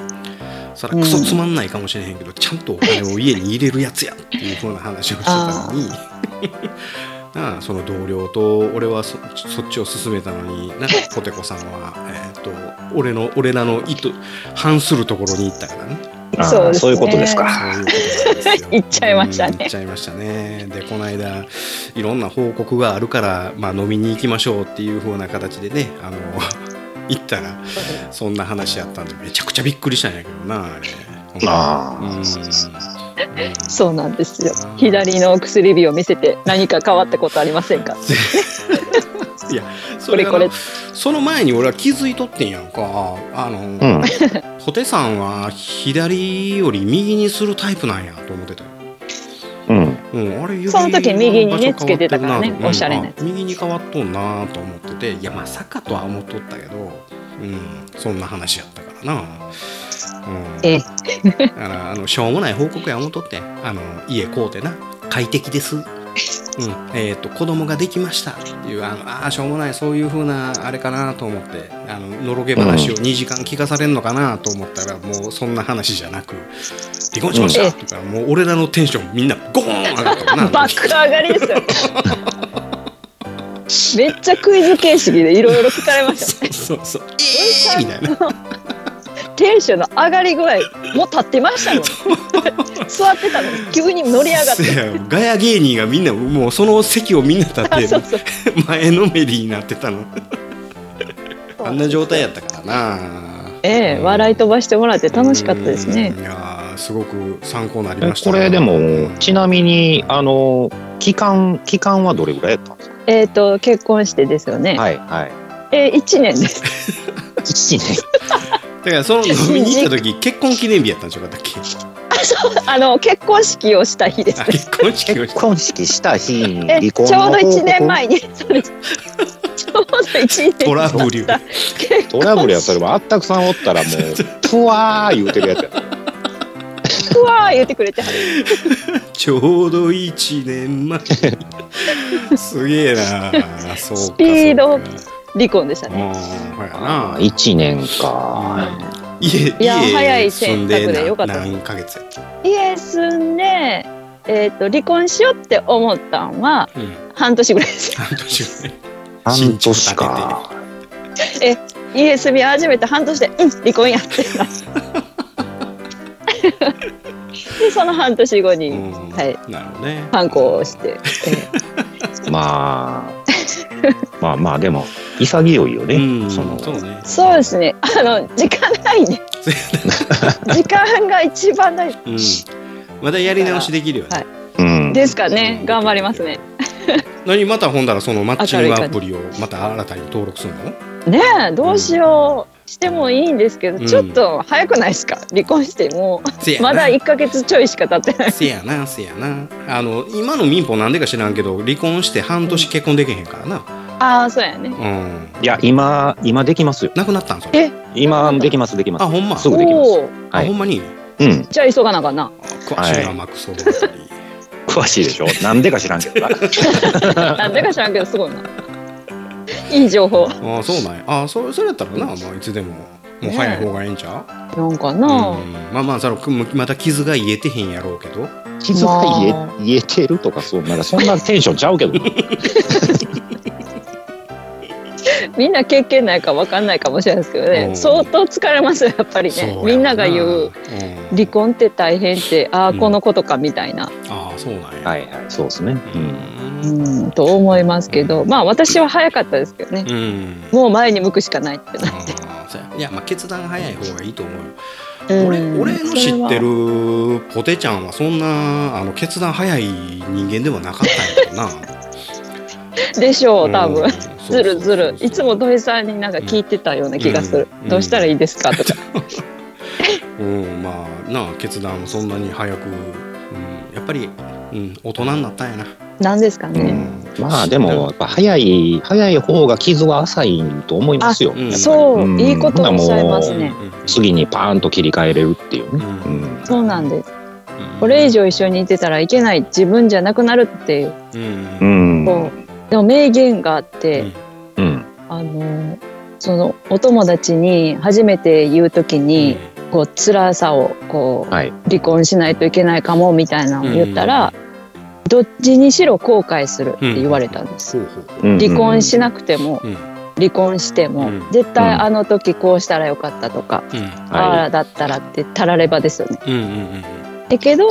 Speaker 1: そらクソつまんないかもしれへんけど、ちゃんとお金を家に入れるやつやっていうふうな話をしてたのに なあその同僚と俺はそそっちを勧めたのになポテコさんは、えーっと俺の俺らの意図反するところに行ったからね
Speaker 2: あ
Speaker 3: そう
Speaker 2: あ、
Speaker 3: ですね
Speaker 2: そういうことですか。
Speaker 1: そういうことなんですよ
Speaker 3: 行っちゃいましたね
Speaker 1: うん行っちゃいましたねでこの間いろんな報告があるから、まあ、飲みに行きましょうっていうふうな形でねあの 行ったらそんな話やったんでめちゃくちゃびっくりしたんやけどなあれ。
Speaker 2: あ
Speaker 1: うん
Speaker 3: そうなんですよ。左の薬指を見せて何か変わったことありませんか。
Speaker 1: それが
Speaker 3: これこ
Speaker 1: その前に俺は気づいとってんやんかあの、
Speaker 2: あ。うん。
Speaker 1: ホテさんは左より右にするタイプなんやと思ってたよ、
Speaker 2: うん。
Speaker 1: うん、あれ指
Speaker 3: その時右にねつけてたからね
Speaker 1: 場所変わってるなと
Speaker 3: おし
Speaker 1: う
Speaker 3: ゃれなや
Speaker 1: んあ右に変わっとんなと思ってていやまさかとは思っとったけど、うん、そんな話やったからな、うん、
Speaker 3: ええ
Speaker 1: だからあのしょうもない報告や思っとってあの家買うてな快適です、うんえー、と子供ができましたっていうあのあーしょうもないそういうふうなあれかなと思ってあののろけ話を2時間聞かされるのかなと思ったら、もうそんな話じゃなく離婚しましたって言うから、もう俺らのテンションみんなゴーン上がったもん な
Speaker 3: バック上がりですよ。めっちゃクイズ形式でいろいろ聞かれましたね。
Speaker 1: そう そうえー、みたいな
Speaker 3: テンションの上がり具合もう立ってましたもん。座ってたのに急に乗り上がって。
Speaker 1: せやガヤ芸人がみんなもうその席をみんな立っ
Speaker 3: あ
Speaker 1: て
Speaker 3: そうそう
Speaker 1: 前のめりになってたのあんな状態やったからな
Speaker 3: ええ笑い飛ばしてもらって楽しかったですね
Speaker 1: う。んいやーすごく参考になり
Speaker 2: え
Speaker 1: ました
Speaker 2: これでも、ちな
Speaker 1: み
Speaker 2: みに、あの、期間、期間はどれぐらいやったんですか
Speaker 3: えっ、と結婚してですよね。
Speaker 2: はい、 はい。
Speaker 3: ええ一年です。
Speaker 2: 1年。
Speaker 1: だからその飲みに行った時結婚記念日やったんちゃうかったっ け
Speaker 3: あの結婚式をした日です
Speaker 1: あ。結婚式をし
Speaker 2: 結婚式した日に
Speaker 3: え
Speaker 2: 離
Speaker 3: ちょ
Speaker 2: 婚
Speaker 3: う
Speaker 2: の報
Speaker 3: ど
Speaker 2: 告
Speaker 3: 一年前に そうです。ちょうど一年
Speaker 1: トラブル
Speaker 3: 経った結
Speaker 2: トラブルやった ら、あったくさんおったらもう、ふわー言うてる やつや。
Speaker 3: 婚は言ってくれてはる。
Speaker 1: ちょうど1年 前すげえなそうか
Speaker 3: スピード
Speaker 1: そうか
Speaker 3: 離婚でした
Speaker 1: うん
Speaker 3: ね。
Speaker 1: ほやな
Speaker 2: 1年か。
Speaker 1: 家
Speaker 3: いや早
Speaker 1: 家
Speaker 3: い
Speaker 1: 住ん
Speaker 3: 選択
Speaker 1: で
Speaker 3: でよかった
Speaker 1: 何何ヶ月やった
Speaker 3: 家住んで、えー、と離婚しようって思ったんは
Speaker 1: うん
Speaker 3: 半年ぐらいです
Speaker 1: 半年ぐらい
Speaker 2: 半年か。
Speaker 3: 家住み始めて半年で「うん離婚や」ってなって でその半年後に、
Speaker 1: うん
Speaker 3: はい
Speaker 1: なるほどね
Speaker 3: 反抗をして、えー
Speaker 2: まあ、まあまあ、でも、潔いよ
Speaker 1: う
Speaker 2: ね。
Speaker 1: ん
Speaker 2: そ
Speaker 1: そう
Speaker 2: の
Speaker 1: ね
Speaker 3: そうですねあの時間ない ね時間が一番ない
Speaker 1: うんまだやり直しできるよね
Speaker 3: はい
Speaker 2: うん。
Speaker 3: ですかね
Speaker 1: うん
Speaker 3: 頑張りますね
Speaker 1: 何またほんだらそのマッチング
Speaker 3: 明るい感じ
Speaker 1: アプリをまた新たに登録するの
Speaker 3: ねえどうしよう、してもいいんですけど、
Speaker 1: うん
Speaker 3: ちょっと早くないですか離婚しても
Speaker 1: せや
Speaker 3: う
Speaker 1: な
Speaker 3: まだ1か月ちょいしか経ってない
Speaker 1: せやなせやなあの今の民法なんでか知らんけど離婚して半年結婚できへんからな
Speaker 3: ああ、そうやね。
Speaker 1: うん。
Speaker 2: いや、今、今できますよ。
Speaker 1: なくなったんそれ。
Speaker 3: え、
Speaker 2: 今、できます、できます。
Speaker 1: あほんます
Speaker 2: ぐできま
Speaker 3: おお、
Speaker 1: あ、
Speaker 2: はい
Speaker 1: ほんまに。
Speaker 2: す。うん。
Speaker 3: じゃあ急がなあかんな。
Speaker 1: あ詳しいな、
Speaker 2: はい
Speaker 1: マックス・オブ・ザ・タリー。
Speaker 2: 詳しいでしょ。なんでか知らんけ どな。
Speaker 3: なんでか知らんけど、すごいな。いい情報。
Speaker 1: ああそうなんやああそそれやったらな、まあ、いつでももう早い方がええんちゃ
Speaker 3: なんか
Speaker 1: う、
Speaker 3: な、
Speaker 1: うん、まあまあそのくまた傷が癒えてへんやろうけど
Speaker 2: 傷が言え言えてるとか、そう、なんかそんなテンションちゃうけど な。
Speaker 3: みんな経験ないかわかんないかもしれないですけど
Speaker 1: う
Speaker 3: ね。
Speaker 1: ん
Speaker 3: 相当疲れますよ、やっぱり
Speaker 1: そうや
Speaker 3: ね。みんなが言
Speaker 1: う。
Speaker 3: うん離婚って大変って、ああ、このことかみたいな。
Speaker 1: ああそうなんや、
Speaker 2: はいはい、そうですね。
Speaker 1: う
Speaker 2: うん。
Speaker 3: うんん、と思いますけど、まあ私は早かったですけどね。
Speaker 1: うん
Speaker 3: もう前に向くしかないってな。
Speaker 1: ああそうやいや、まあ、決断が早い方がいいと思うよ、俺
Speaker 3: うん
Speaker 1: 俺の知ってるポテちゃんはそんなあの決断早い人間ではなかったんやろな
Speaker 3: それはでしょう、多分。ずるずる。いつも
Speaker 1: ど
Speaker 3: 土井さんになんか聞いてたような気がする。
Speaker 1: うん
Speaker 3: どうしたらいいですかとか。
Speaker 1: うんまあなあ決断もそんなに早く、うん、やっぱり、うん、大人になったんやな
Speaker 3: なんですか
Speaker 2: う
Speaker 3: ね。
Speaker 2: まあでも、やっぱ早い、早い方が傷は浅いと思いますよ。
Speaker 1: あうん
Speaker 3: そう、
Speaker 2: うん
Speaker 3: いいことをおっしゃいますね。
Speaker 2: 次にパーンと切り替えれるっていうね。
Speaker 1: うん
Speaker 2: うん。
Speaker 3: そうなんです。これ以上一緒にいてたらいけない自分じゃなくなるっていう、
Speaker 1: うん
Speaker 2: う、ん。
Speaker 3: こうでも名言があって、
Speaker 1: うん
Speaker 2: うん。
Speaker 3: あのそのお友達に初めて言う時に、こう辛さをこう、
Speaker 2: はい
Speaker 3: 離婚しないといけないかもみたいなのを言ったら、どっちにしろ後悔するって言われたんです。
Speaker 1: そうほう
Speaker 2: うん
Speaker 3: 離婚しなくても、
Speaker 1: うん
Speaker 3: 離婚しても、
Speaker 1: うん
Speaker 3: 絶
Speaker 2: う
Speaker 3: 対
Speaker 2: ん
Speaker 3: あの時こうしたらよかったとか、
Speaker 1: うん
Speaker 2: はい
Speaker 3: ああだったらってたらればですよね。
Speaker 1: うんうんうん
Speaker 3: だけど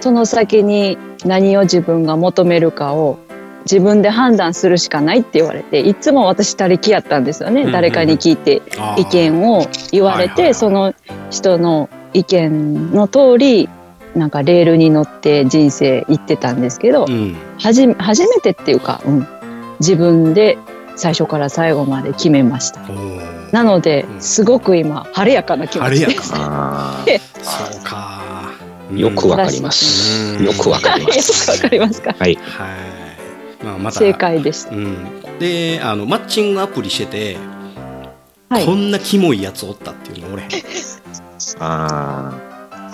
Speaker 3: その先に何を自分が求めるかを自分で判断するしかないって言われていつも私他力やったんですよね、
Speaker 1: うんうん
Speaker 3: 誰かに聞いて
Speaker 1: あー
Speaker 3: 意見を言われ
Speaker 1: はい
Speaker 3: て、
Speaker 1: はいはい
Speaker 3: その人の意見の通りなんかレールに乗って人生行ってたんですけど、
Speaker 1: うん
Speaker 3: はじ初めてっていうか、うん、自分で最初から最後まで決めました
Speaker 1: おー
Speaker 3: なので、
Speaker 1: うん
Speaker 3: すごく今晴れやかな気持
Speaker 1: あ
Speaker 3: ち
Speaker 1: れ
Speaker 3: で
Speaker 1: や
Speaker 3: す
Speaker 1: か
Speaker 2: あ
Speaker 1: そうか
Speaker 2: あ、よくわ
Speaker 1: は
Speaker 2: かります。
Speaker 1: うん
Speaker 2: よくわかります。
Speaker 3: よくわかりますか
Speaker 2: はい。
Speaker 1: はいまあまた
Speaker 3: 正解でした。
Speaker 1: うんであのマッチングアプリしてて
Speaker 3: はい
Speaker 1: こんなキモいやつおったっていうの俺
Speaker 2: あ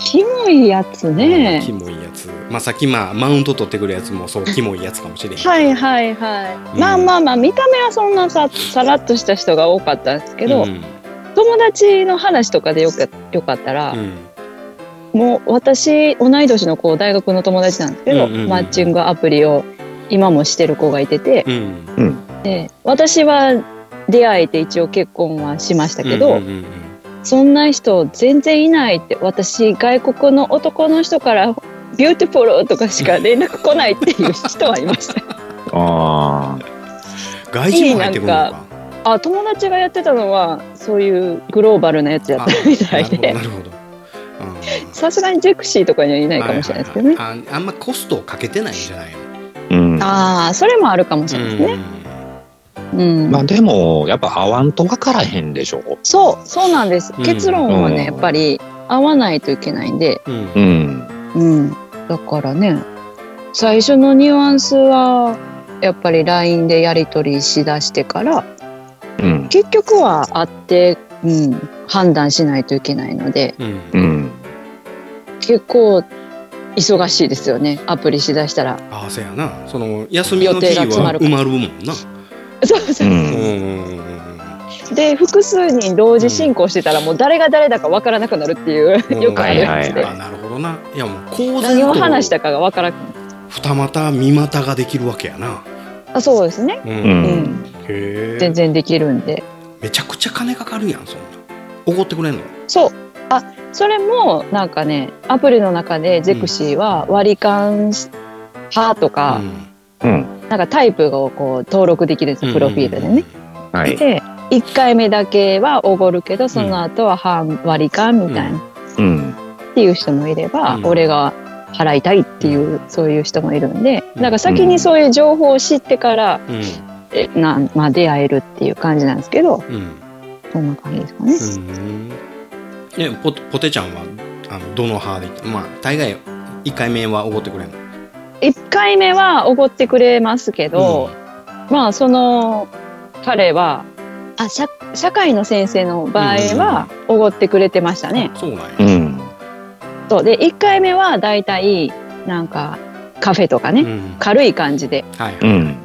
Speaker 3: キモいやつ
Speaker 1: キ
Speaker 3: ね。
Speaker 1: モいやつまあさっきまあマウント取ってくるやつもそうキモいやつかもしれへん
Speaker 3: はいはいはい。まあまあまあ見た目はそんなささらっとした人が多かったんですけど、
Speaker 1: うん
Speaker 3: 友達の話とかでよかよかったら、
Speaker 1: うん
Speaker 3: もう私同い年の子大学の友達なんですけど、
Speaker 1: うんうんうん
Speaker 3: マッチングアプリを今もしてる子がいてて、
Speaker 1: うん
Speaker 3: で私は出会えて一応結婚はしましたけど、
Speaker 1: うんうんうん
Speaker 3: そんな人全然いないって私外国の男の人から ビューティフォルとかしか連絡来ないっていう人はいました。
Speaker 2: あ、ああ、
Speaker 1: 外人も入ってくるの
Speaker 3: いいな
Speaker 1: か
Speaker 3: あ友達がやってたのはそういうグローバルなやつやったみたい
Speaker 1: なる
Speaker 3: で
Speaker 1: ほどなるほどうん
Speaker 3: さすがにジェクシーとかにはいないかもしれないですけどね、
Speaker 1: はははああんまコストをかけてないんじゃないの
Speaker 2: うん。
Speaker 3: ああそれもあるかもしれないですね、うん
Speaker 2: まあでも、やっぱ合わんとわからへんでしょ。
Speaker 3: そうそうなんです
Speaker 1: うん
Speaker 3: 結論はね、
Speaker 2: うん
Speaker 3: やっぱり合わないといけないんで、
Speaker 1: うんうん
Speaker 2: うん。
Speaker 3: うん、だからね最初のニュアンスはやっぱり LINE でやり取りしだしてから
Speaker 2: うん。
Speaker 3: 結局は会って、うん、判断しないといけないので
Speaker 1: うん
Speaker 2: うん。
Speaker 3: 結構忙しいですよねアプリしだしたら。
Speaker 1: ああせやなその休みの日
Speaker 3: 予定が詰ま
Speaker 1: は
Speaker 3: る
Speaker 1: 埋まるもんな
Speaker 3: そうそう
Speaker 2: う
Speaker 3: そう、
Speaker 1: うん
Speaker 2: ん。
Speaker 1: うんうんうん
Speaker 3: で複数人同時進行してたらもう誰が誰だか分からなくなるっていう、
Speaker 1: うん
Speaker 3: よくあるやつ
Speaker 2: は
Speaker 3: で、
Speaker 2: いは
Speaker 1: あなるほどないやもう公
Speaker 3: 何
Speaker 1: 然
Speaker 3: を話し
Speaker 1: と
Speaker 3: たかが分からなくなる
Speaker 1: 二股三股ができるわけやな、
Speaker 3: あそうですね、
Speaker 1: う
Speaker 2: う
Speaker 3: うんん
Speaker 1: へえ
Speaker 3: 全然できるんで
Speaker 1: めちゃくちゃ金かかるやんそんな怒ってくれんの
Speaker 3: そうあそれもなんかねアプリの中でゼクシーは割り勘派とか、
Speaker 2: うん。
Speaker 3: なんかタイプをこう登録できるんですよプロフィールでね。
Speaker 2: はい。
Speaker 3: で1回目だけはおごるけどその後は半割り勘みたいな、
Speaker 2: うん。
Speaker 3: っていう人もいれば、
Speaker 1: うん
Speaker 3: 俺が払いたいっていうそういう人もいるんで、
Speaker 1: うん
Speaker 3: なんか先にそういう情報を知ってから、
Speaker 1: うん
Speaker 3: えなまあ、出会えるっていう感じなんですけど
Speaker 1: うんうん
Speaker 3: そんな感じですかね。
Speaker 1: うんねポポテちゃんはあのどの派でいったまあ大概一回目は怒ってくれんの
Speaker 3: 1回目はおごってくれますけど、まあその彼はあ社社会の先生の場合はおごってくれてましたね。
Speaker 1: あそうなんや。
Speaker 2: うん。
Speaker 3: そうで1回目はだいたいなんかカフェとかね、
Speaker 1: うん
Speaker 3: 軽い感じで
Speaker 1: はいは
Speaker 2: う
Speaker 1: い。
Speaker 2: ん。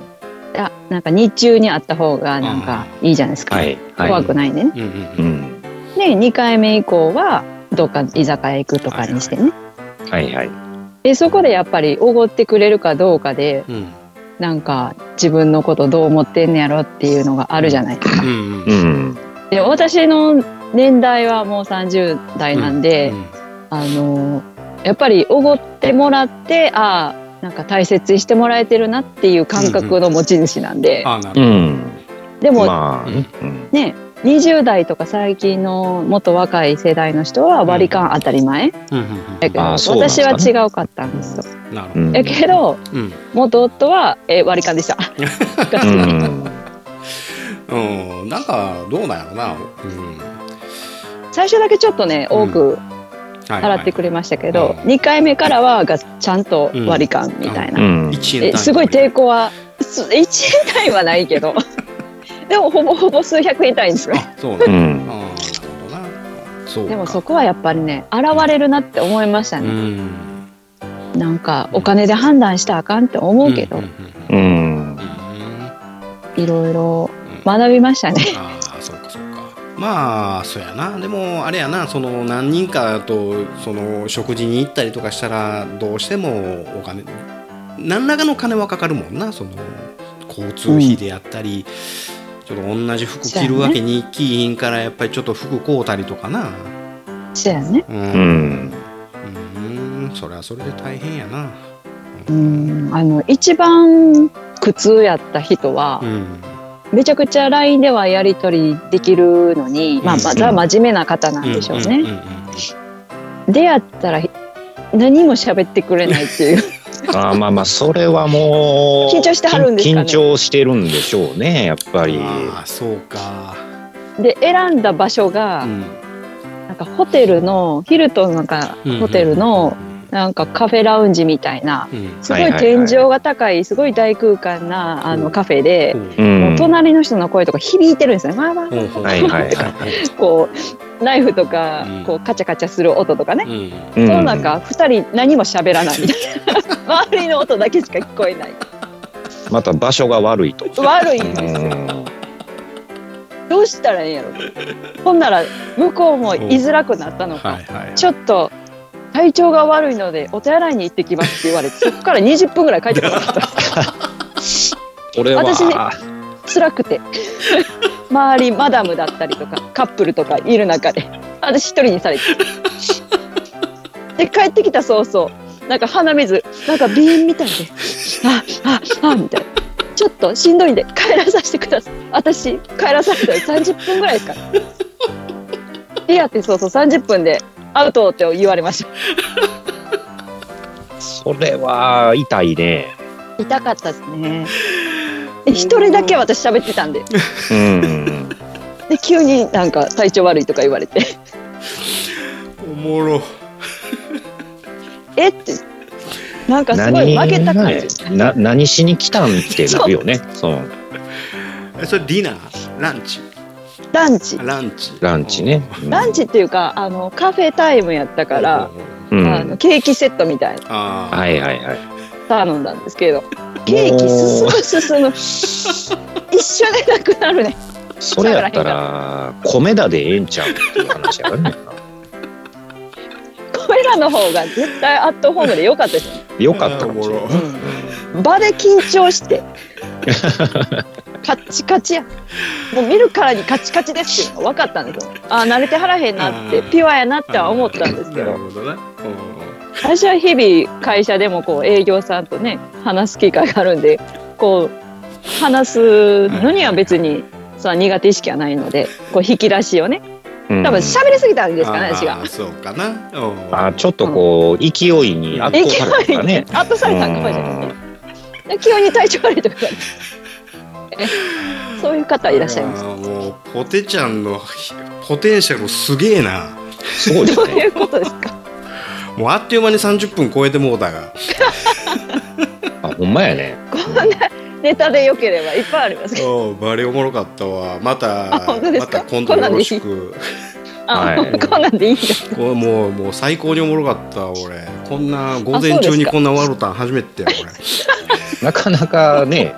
Speaker 3: あなんか日中にあった方がなんかいいじゃないですか、
Speaker 2: はい。はい。
Speaker 3: 怖くないんでね。
Speaker 1: うんうん
Speaker 2: う
Speaker 1: うん
Speaker 2: ん。
Speaker 3: で2回目以降はどっか居酒屋行くとかにしてね。
Speaker 2: はいはい。
Speaker 3: でそこでやっぱりおごってくれるかどうかで
Speaker 1: うん
Speaker 3: なんか自分のことどう思ってんねやろっていうのがあるじゃないですか。
Speaker 1: うん
Speaker 2: う
Speaker 1: うん
Speaker 2: ん。
Speaker 3: で私の年代はもう30代なんで、あのやっぱりおごってもらってああなんか大切にしてもらえてるなっていう感覚の持ち主なんで、
Speaker 1: あな
Speaker 2: う
Speaker 1: る
Speaker 2: ん。
Speaker 3: でも
Speaker 2: まあね。うん。
Speaker 3: ね、20代とか最近のもっと若い世代の人は割り勘当たり前、
Speaker 1: うんうん
Speaker 3: だけど
Speaker 2: ああそうなんです
Speaker 3: 私
Speaker 2: か
Speaker 3: は
Speaker 2: ね
Speaker 3: 違うかったんですよ。
Speaker 1: うんなるほ
Speaker 2: う
Speaker 1: ど
Speaker 2: ん。
Speaker 3: だけど
Speaker 1: うん
Speaker 3: 元夫は、え割り勘でした。
Speaker 2: うん。
Speaker 1: うんなんかどうなんやろなうん
Speaker 3: 最初だけちょっとね
Speaker 1: うん
Speaker 3: 多く
Speaker 1: はいはい
Speaker 3: 払ってくれましたけど、
Speaker 1: うん
Speaker 3: 2回目からはがちゃんと割り勘みたいな、
Speaker 2: うん。
Speaker 1: 一円単位
Speaker 3: えすごい抵抗はす1円単位はないけど でもほぼほぼ数百円単位ですよ
Speaker 1: あそうなんや
Speaker 2: う
Speaker 1: あー
Speaker 2: ん。
Speaker 1: なるほどなそうか
Speaker 3: でもそこはやっぱりね現れるなって思いました
Speaker 1: う
Speaker 3: ね、
Speaker 1: ん
Speaker 3: なんかお金で判断したらあかんって思うけど、
Speaker 1: んん
Speaker 2: う
Speaker 1: うん
Speaker 2: ん。
Speaker 1: うん
Speaker 3: いろいろ
Speaker 1: うん
Speaker 3: 学びましたね
Speaker 1: ああそうかそうかまあそうやなでもあれやなその何人かとその食事に行ったりとかしたらどうしてもお金何らかの金はかかるもんなその交通費でやったり、ちょっと同じ服着るわけにいきいひんからやっぱりちょっと服買うたりとかな
Speaker 3: そうやね
Speaker 1: う
Speaker 2: うんん。
Speaker 1: うんそれはそれで大変やな
Speaker 3: うんあの一番苦痛やった人は
Speaker 1: う、ん
Speaker 3: めちゃくちゃ LINE ではやり取りできるのに、まあ、
Speaker 1: うん
Speaker 3: まだ真面目な方なんでしょうね、
Speaker 1: んんん
Speaker 3: 出会ったらひ何も喋ってくれないっていう
Speaker 2: あーまあまあ、それはもう。
Speaker 3: 緊張してはるんですかね
Speaker 2: 緊張してるんでしょうね、やっぱり。
Speaker 1: ああそうか
Speaker 3: で選んだ場所が、
Speaker 1: うん
Speaker 3: なんかホテルのヒルトンなんかホテルのなんかカフェラウンジみたいな
Speaker 1: うん
Speaker 3: すご
Speaker 2: はい
Speaker 3: い
Speaker 2: はいは
Speaker 3: 天
Speaker 2: い
Speaker 3: 井が高いすごい大空間なあ
Speaker 1: う
Speaker 3: の
Speaker 1: ん
Speaker 3: カフェで
Speaker 1: う。
Speaker 2: うん。
Speaker 3: もうん隣の人の声とか響いてるんですよ。わーわー
Speaker 1: ほうほう
Speaker 2: はいはいは
Speaker 3: こうナイフとか
Speaker 1: うん
Speaker 3: こうカチャカチャする音とかね。
Speaker 1: うん
Speaker 2: うん
Speaker 3: その中二人何も喋らないみたいな。周りの音だけしか聞こえない。
Speaker 2: また場所が悪いと。
Speaker 3: 悪いん
Speaker 2: う
Speaker 3: ですよ。
Speaker 2: ん。
Speaker 3: どうしたらいいんやろ。ほんなら向こうも居づらくなったのか
Speaker 1: はい。はい
Speaker 3: ちょっと体調が悪いのでお手洗いに行ってきますって言われてそこから20分ぐらい帰ってこなかった
Speaker 2: これは。
Speaker 3: 私辛くて周りマダムだったりとかカップルとかいる中で私一人にされてで帰ってきた早々なんか鼻水なんか鼻炎みたいであああみたいなちょっとしんどいんで帰らさせてください私帰らされたら30分ぐらいですからでやってそうそう30分でアウトって言われました
Speaker 2: それは痛いね。
Speaker 3: 痛かったですね。で一人だけ私喋ってたんで、
Speaker 2: うん。
Speaker 3: で急になんか体調悪いとか言われて、
Speaker 1: おもろ
Speaker 3: えって、なんかすごい負けた感じ。
Speaker 2: 何な何しに来たんってなるよね。そう。
Speaker 1: えそれディナーランチ
Speaker 3: ランチ、
Speaker 1: ランチ
Speaker 2: ランチね。
Speaker 3: ランチっていうかあのカフェタイムやったから、
Speaker 2: う
Speaker 3: あの
Speaker 2: ん。
Speaker 3: ケーキセットみたいな
Speaker 1: ああ
Speaker 2: はいはいはい。
Speaker 3: 頼んだんですけど、ケーキ進む進む、 一緒でなくなるね。
Speaker 2: それやったら、米田でええんちゃうっていう話やからね。
Speaker 3: これらの方が絶対アットホームで良かったです。
Speaker 2: よかったかもしれ ない。
Speaker 3: 場で緊張して。カッチカチやもう見るからにカチカチですっていうのが分かったんですよあー慣れてはらへんなって
Speaker 1: あー
Speaker 3: ピュアやなっては思ったんですけ
Speaker 1: なる
Speaker 3: ど
Speaker 1: ほどな
Speaker 3: 私は日々会社でもこう営業さんとね話す機会があるんでこう話すのには別にさ苦手意識はないのでこう引き出しをね
Speaker 2: うん
Speaker 3: 多分喋りすぎたんですかね
Speaker 1: あー
Speaker 3: 私が
Speaker 1: そうかなうん
Speaker 2: あちょっとこう、勢いに圧
Speaker 3: 勢
Speaker 2: 倒された
Speaker 3: い
Speaker 2: から
Speaker 3: に
Speaker 2: ね。
Speaker 3: 圧倒されたんかもしれないですねで急に体調悪いとか言われてえそういう方いらっしゃいます
Speaker 1: あーもうポテちゃんのひポテンシャルすげえな
Speaker 2: すごいで
Speaker 3: ど
Speaker 2: す
Speaker 3: うい
Speaker 2: ね。
Speaker 3: うことですか。
Speaker 1: もうあっという間に30分超えてもうたが
Speaker 2: あ、ほんまやね。
Speaker 3: ネタでよければいっぱいありますけど。
Speaker 1: おうバレおもろかったわまた
Speaker 3: あ本当で
Speaker 1: ます
Speaker 3: か
Speaker 1: た今度よろしく
Speaker 3: あ、
Speaker 2: はい
Speaker 3: こんなんでいいんだ。
Speaker 1: こうもうもう最高におもろかった俺こんな午前中にこんなワロタン初めてや俺
Speaker 2: なかなかね、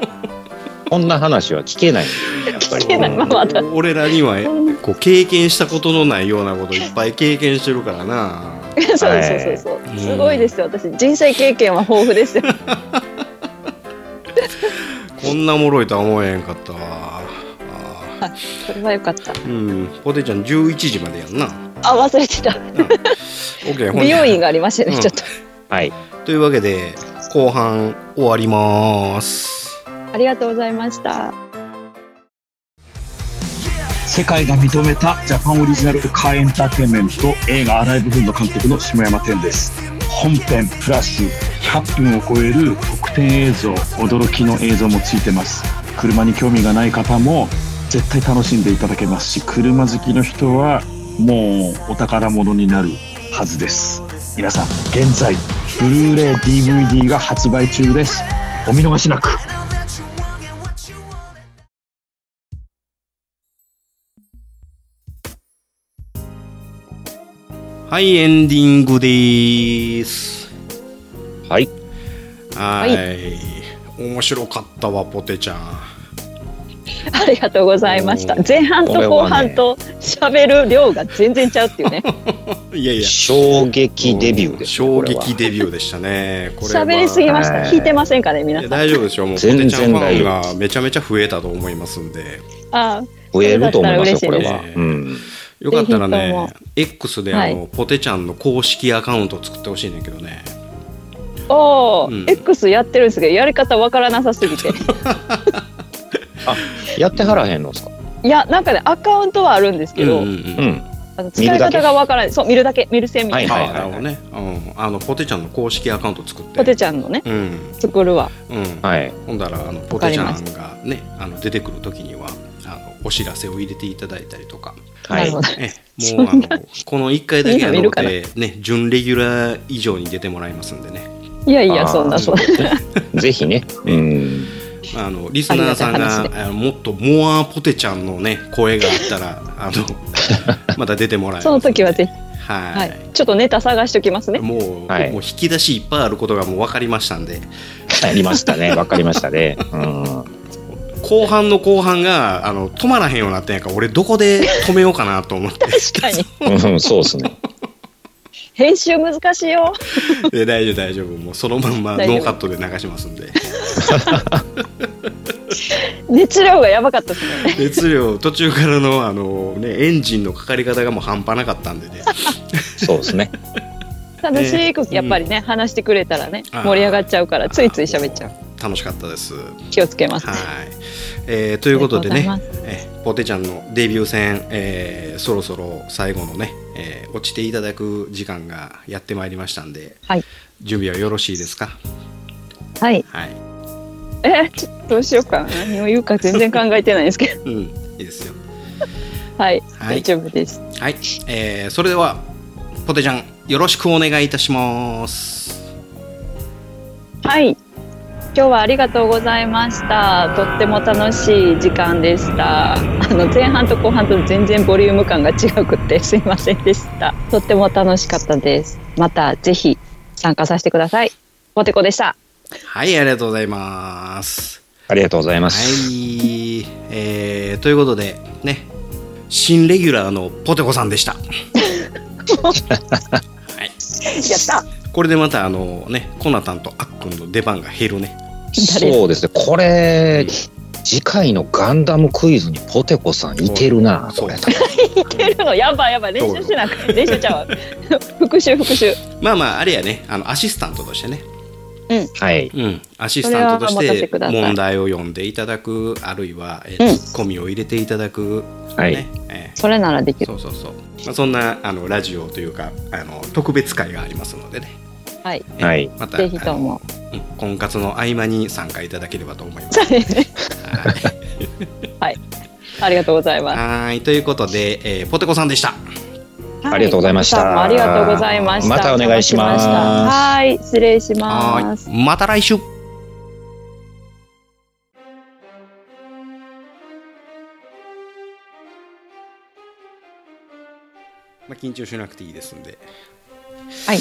Speaker 2: こんな話は聞けないんで、やっぱり。
Speaker 3: 聞けないまあまあだ
Speaker 1: お俺らにはこう経験したことのないようなこといっぱい経験してるからな
Speaker 3: そうそうそうそう。
Speaker 1: い
Speaker 3: すごいですよ。私人生経験は豊富です よ。
Speaker 1: こんなおもろいとは思えへんかったわあ
Speaker 3: それは良かった。
Speaker 1: ーうんポテちゃん11時までやんな
Speaker 3: あ、忘れてた。
Speaker 1: オッケーほん
Speaker 3: 美容院
Speaker 1: で
Speaker 3: がありました
Speaker 1: う
Speaker 3: ね。
Speaker 1: ん
Speaker 3: ちょっと。
Speaker 2: はい。
Speaker 1: というわけで後半終わります
Speaker 3: ありがとうございました。
Speaker 10: 世界が認めたジャパンオリジナルカーエンターテインメント映画「アライブ・フード」監督の下山天です本編プラス100分を超える特典映像驚きの映像もついてます車に興味がない方も絶対楽しんでいただけますし車好きの人はもうお宝物になるはずです皆さん現在ブルーレイ DVD が発売中ですお見逃しなく
Speaker 1: はい、エンディングでーす。
Speaker 2: はい。
Speaker 1: はーい。
Speaker 3: は
Speaker 1: 面白かったわ、ポテちゃん。
Speaker 3: ありがとうございました。
Speaker 1: うん
Speaker 3: 前半と
Speaker 2: これ
Speaker 3: 後
Speaker 2: はね
Speaker 3: 半と喋る量が全然ちゃうっていうね。
Speaker 1: いやいや。
Speaker 2: 衝撃デビューです、
Speaker 1: 衝
Speaker 2: これ
Speaker 1: 撃
Speaker 2: は
Speaker 1: デビューでしたね。これは
Speaker 3: 喋りすぎました。
Speaker 2: はい
Speaker 3: 聞いてませんかね、皆
Speaker 1: いや
Speaker 3: さん。
Speaker 1: 大丈夫ですよ。もう、ポ
Speaker 2: 全
Speaker 1: テ
Speaker 2: 然
Speaker 1: ちゃんファン
Speaker 2: 大丈夫で
Speaker 1: がめちゃめちゃ増えたと思いますんで。
Speaker 3: あ
Speaker 2: 増えると思いますよ、こ
Speaker 1: だっ
Speaker 2: れ
Speaker 1: たら
Speaker 2: は
Speaker 1: 嬉しいです。
Speaker 2: うん。
Speaker 1: よかったら
Speaker 3: ぜひと
Speaker 1: ね
Speaker 3: も、
Speaker 1: X であの、ポテちゃんの公式アカウントを作ってほしいねんだけどね。
Speaker 3: あ、おお、
Speaker 1: うん
Speaker 3: X やってるんですけど、やり方わからなさす ぎて。
Speaker 2: やってはらへんのですか
Speaker 3: いや、なんかね、アカウントはあるんですけど、
Speaker 1: うんうん
Speaker 2: う
Speaker 1: うん
Speaker 2: ん。
Speaker 3: あの使い方がわからない。そう、見るだけ、見る線みたいな。
Speaker 2: は
Speaker 1: はいい、なるほどね。うん。あの、ポテちゃんの公式アカウント作って。
Speaker 3: ポテちゃんのね、
Speaker 1: うん。
Speaker 3: 作るわ。
Speaker 1: うん。
Speaker 2: はい。
Speaker 1: ほんだらあのポテちゃんがねあの出てくる時にはあのお知らせを入れていただいたりとか、
Speaker 2: は
Speaker 3: なる
Speaker 2: い
Speaker 3: ほ。ど。
Speaker 1: ええもうあのこの1回だけや
Speaker 3: みんな見
Speaker 1: の
Speaker 3: るかな
Speaker 1: で、ね、準レギュラー以上に出てもらいますんでね
Speaker 3: いやい
Speaker 2: あ
Speaker 3: や、
Speaker 2: ー
Speaker 3: そんな、そんな。
Speaker 2: ぜひね。 うん。
Speaker 1: あのリスナーさんが
Speaker 3: ありが
Speaker 1: あのもっとモアポテちゃんの、ね、声があったら あ のまた出てもらえます
Speaker 3: その時はぜひ。
Speaker 1: はい、
Speaker 3: はい。ちょっとネタ探しておきますね。
Speaker 1: もう,、
Speaker 2: はい
Speaker 1: もう引き出しいっぱいあることがもう分かりましたんで
Speaker 2: やりましたね。わかりましたね。うん。
Speaker 1: 後半の後半があの止まらへんようになってんやから俺どこで止めようかなと思って
Speaker 3: 確かに。
Speaker 2: うん、そうですね。
Speaker 3: 編集難しいよ。
Speaker 1: で大丈夫大丈夫もうそのまんまノ
Speaker 3: 大丈夫
Speaker 1: ーカットで流しますんで
Speaker 3: 熱量がやばかったですね。
Speaker 1: 熱量途中からのあの、ね、エンジンのかかり方がもう半端なかったんでね
Speaker 2: そうです ね。
Speaker 3: 楽しくやっぱりね、話してくれたらね
Speaker 1: あー
Speaker 3: 盛り上がっちゃうからついつい喋っちゃう
Speaker 1: 楽しかったです。は
Speaker 3: 気をつけます、ね、
Speaker 1: い、えーということで
Speaker 3: あり
Speaker 1: ね
Speaker 3: がとう
Speaker 1: えポテちゃんのデビュー戦、えーそろそろ最後のね、えー落ちていただく時間がやってまいりましたんで、
Speaker 3: はい
Speaker 1: 準備はよろしいですか、
Speaker 3: はい
Speaker 1: はい
Speaker 3: えーちょっとどうしようかな何を言うか全然考えてないですけど
Speaker 1: うん、いいですよ。
Speaker 3: はい、
Speaker 1: はい
Speaker 3: 大丈夫です
Speaker 1: はい、えーそれではポテちゃんよろしくお願いいたします。
Speaker 3: はい今日はありがとうございましたとっても楽しい時間でしたあの前半と後半と全然ボリューム感が違くってすいませんでしたとっても楽しかったですまたぜひ参加させてくださいポテコでした
Speaker 1: はい、ありがとうございます。
Speaker 2: ありがとうございま
Speaker 1: は
Speaker 2: す。
Speaker 1: い、えーということでね新レギュラーのポテコさんでした
Speaker 3: やった
Speaker 1: これでまたあのねコナタンとあっくんの出番が減るね
Speaker 2: そうですね。これ、次回のガンダムクイズにポテコさんいてるな、
Speaker 1: そ
Speaker 2: こ
Speaker 1: う
Speaker 2: れ。
Speaker 3: いけるのやばいやばい練習しなくて練習ちゃうわ復習復習
Speaker 1: まあまああれやねあのアシスタントとしてね
Speaker 2: はい。
Speaker 1: うんアシスタントと
Speaker 3: それは任せ
Speaker 1: して
Speaker 3: ください
Speaker 1: 問題を読んでいただくあるいは、え
Speaker 3: うん
Speaker 1: ツッコミを入れていただく、
Speaker 2: はい
Speaker 1: ねえ
Speaker 3: それならでき
Speaker 1: ー
Speaker 3: る
Speaker 1: そうそうそう、まあ、そんなあのラジオというかあの特別会がありますのでね、
Speaker 3: はい
Speaker 1: えー
Speaker 2: はい
Speaker 1: また
Speaker 3: ぜひとも
Speaker 1: あのうん婚活の合間に参加いただければと思います
Speaker 3: そうですね
Speaker 1: はい
Speaker 3: ありがとうございます
Speaker 1: はい、ということで、えーポテコさんでした。
Speaker 2: ありがとうございました
Speaker 3: はいどうもありがとうございました
Speaker 2: またお願いします
Speaker 3: お邪魔しましたはい失礼します
Speaker 1: はいまた来週。まあ、緊張しなくていいですんで。
Speaker 11: はい。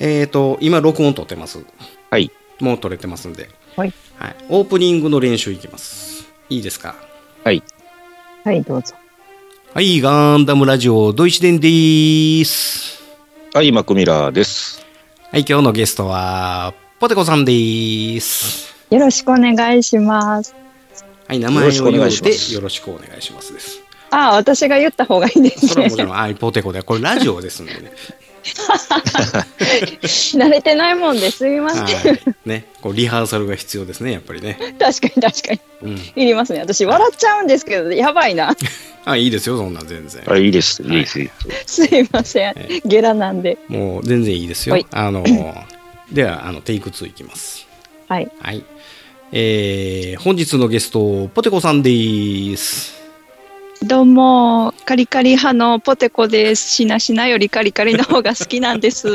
Speaker 1: えっ、と、今、録音撮ってます。
Speaker 2: はい。
Speaker 1: もう撮れてますんで。
Speaker 11: はい。
Speaker 1: はい、オープニングの練習いきます。いいですか
Speaker 11: はい、どうぞ。
Speaker 1: はい、ガンダムラジオ、ドイツ伝でーす。
Speaker 2: はい、マクミラーです。
Speaker 1: はい、今日のゲストは、ポテコさんでーす。
Speaker 3: よろしくお願いします。
Speaker 1: はい、名前を
Speaker 2: よ
Speaker 1: 言
Speaker 2: ろ
Speaker 1: う
Speaker 2: しくお願いしま
Speaker 1: て、
Speaker 2: す
Speaker 1: よろしくお願いしますです。
Speaker 3: ああ、私が言った方がいいです
Speaker 1: それは
Speaker 3: ね
Speaker 1: も。ちろん、はい、ポテコで、これラジオですんで ね。
Speaker 3: 慣れてないもんですみません。
Speaker 1: はい。ね、こうリハーサルが必要ですね、やっぱりね。
Speaker 3: 確かに確かに。
Speaker 1: うん。
Speaker 3: いりますね。私笑っちゃうんですけど、やばいな。
Speaker 1: あ、いいですよ、そんなん全然。
Speaker 2: あ、いいです。いいで す。いいです
Speaker 3: すいません。ゲラなんで。
Speaker 1: もう全然いいですよ。
Speaker 3: はい
Speaker 1: あのー、では、あの、テイク2いきます。
Speaker 3: はい。
Speaker 1: はい。えー、本日のゲスト、ポテコさんでーす。
Speaker 3: どうも、カリカリ派のポテコです。しなしなよりカリカリの方が好きな んです。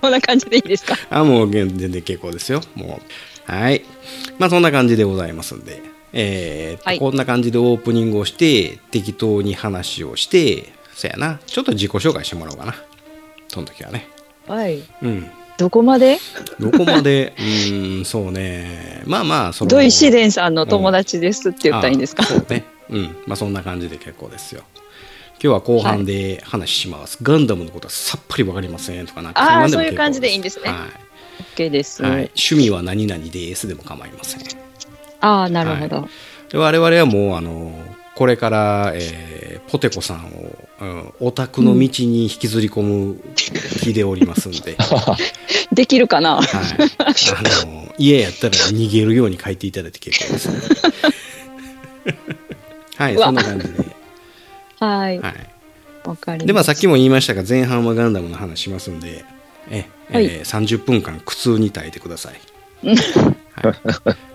Speaker 3: こんな感じでいいですか。
Speaker 1: あ、もう全然結構ですよ。もう。はい。まあ、そんな感じでございますんで。えーっと
Speaker 3: はい
Speaker 1: こんな感じでオープニングをして、適当に話をして、そやな。ちょっと自己紹介してもらおうかな。その時はね。
Speaker 11: はい。
Speaker 1: うん。
Speaker 11: どこまで
Speaker 1: どこまで、 うーん、そうね。まあまあ、その。
Speaker 3: ドイシデンさんの友達ですって言ったらいいんですか
Speaker 1: あ。そうね。うん。まあそんな感じで結構ですよ。今日は後半で話します。ガンダムのことはさっぱりわかりませんとかなんか
Speaker 3: ああ、
Speaker 1: ん
Speaker 3: そ
Speaker 1: な
Speaker 3: うい
Speaker 1: ん
Speaker 3: う
Speaker 1: も
Speaker 3: 感
Speaker 1: 結構
Speaker 3: じでいいんですね。
Speaker 1: はい
Speaker 3: OK です。
Speaker 1: はい、趣味は何々ですでも構いません。
Speaker 3: ああ、なるほど。
Speaker 1: で我々はもうあのこれから、えーポテコさんを、うん、オタクの道に引きずり込む気でおりますんで、はい、
Speaker 3: できるか
Speaker 1: あ
Speaker 3: な。
Speaker 1: の家やったら逃げるように書いていただいて結 構です、はいう
Speaker 3: わ
Speaker 1: そんな感じで、
Speaker 3: はい。
Speaker 1: は
Speaker 3: わかり
Speaker 1: い、でま
Speaker 3: ま
Speaker 1: あ
Speaker 3: した
Speaker 1: さっきも言いましたが前半はガンダムの話しますんでえ、
Speaker 3: はい
Speaker 1: えー30分間苦痛に耐えてください、 は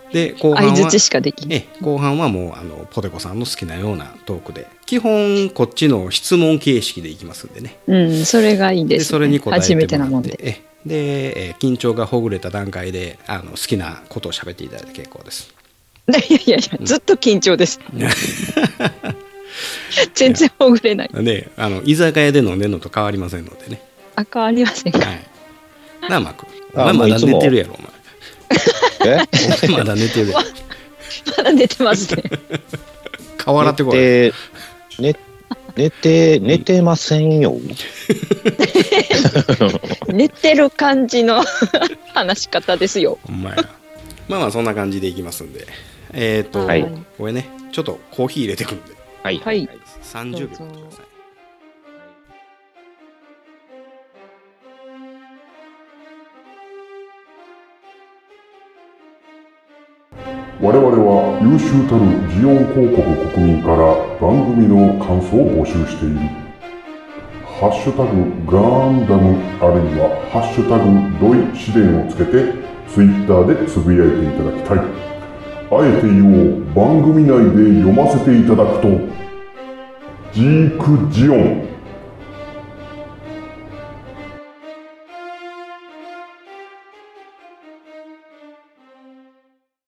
Speaker 1: い、で後半
Speaker 3: 相
Speaker 1: は
Speaker 3: 槌しかできない。
Speaker 1: ええ後半はもうあのポテコさんの好きなようなトークで基本こっちの質問形式でいきますんでね
Speaker 3: うん、それがいいです、ね。
Speaker 1: それに答えてもらって
Speaker 3: 初めてなもんで。
Speaker 1: ええで、ええ緊張がほぐれた段階であの好きなことを喋っていただいて結構です
Speaker 3: いやいやいや、ずっと緊 張です。全然ほぐれない。
Speaker 1: であの居酒屋で飲んでるのと変わりませんのでね
Speaker 3: あ、変わりませんか。
Speaker 1: はいなあマークお前
Speaker 2: あも
Speaker 1: ま
Speaker 2: う
Speaker 1: だ
Speaker 2: いつも
Speaker 1: 寝てるやろお
Speaker 2: え
Speaker 1: 前お前まだ寝てるやろ
Speaker 3: まだ寝てますね。
Speaker 1: 顔洗ってこい
Speaker 2: 寝て、ね寝て、寝てませんよ。
Speaker 3: 寝てる感じの 話し方ですよ。
Speaker 1: ほんまや。まあまあそんな感じでいきますんで。えっ、と、
Speaker 2: はい
Speaker 1: これね、ちょっとコーヒー入れてくるんで、
Speaker 2: はい。
Speaker 3: はい。
Speaker 1: 30秒
Speaker 3: どうぞ
Speaker 1: ください。
Speaker 6: 我々は優秀たるジオン広告国民から番組の感想を募集している「ハッシュタグガンダム」あるいは「ハッシュタグドイ試練」をつけてツイッターでつぶやいていただきたいあえて言おう番組内で読ませていただくとジークジオン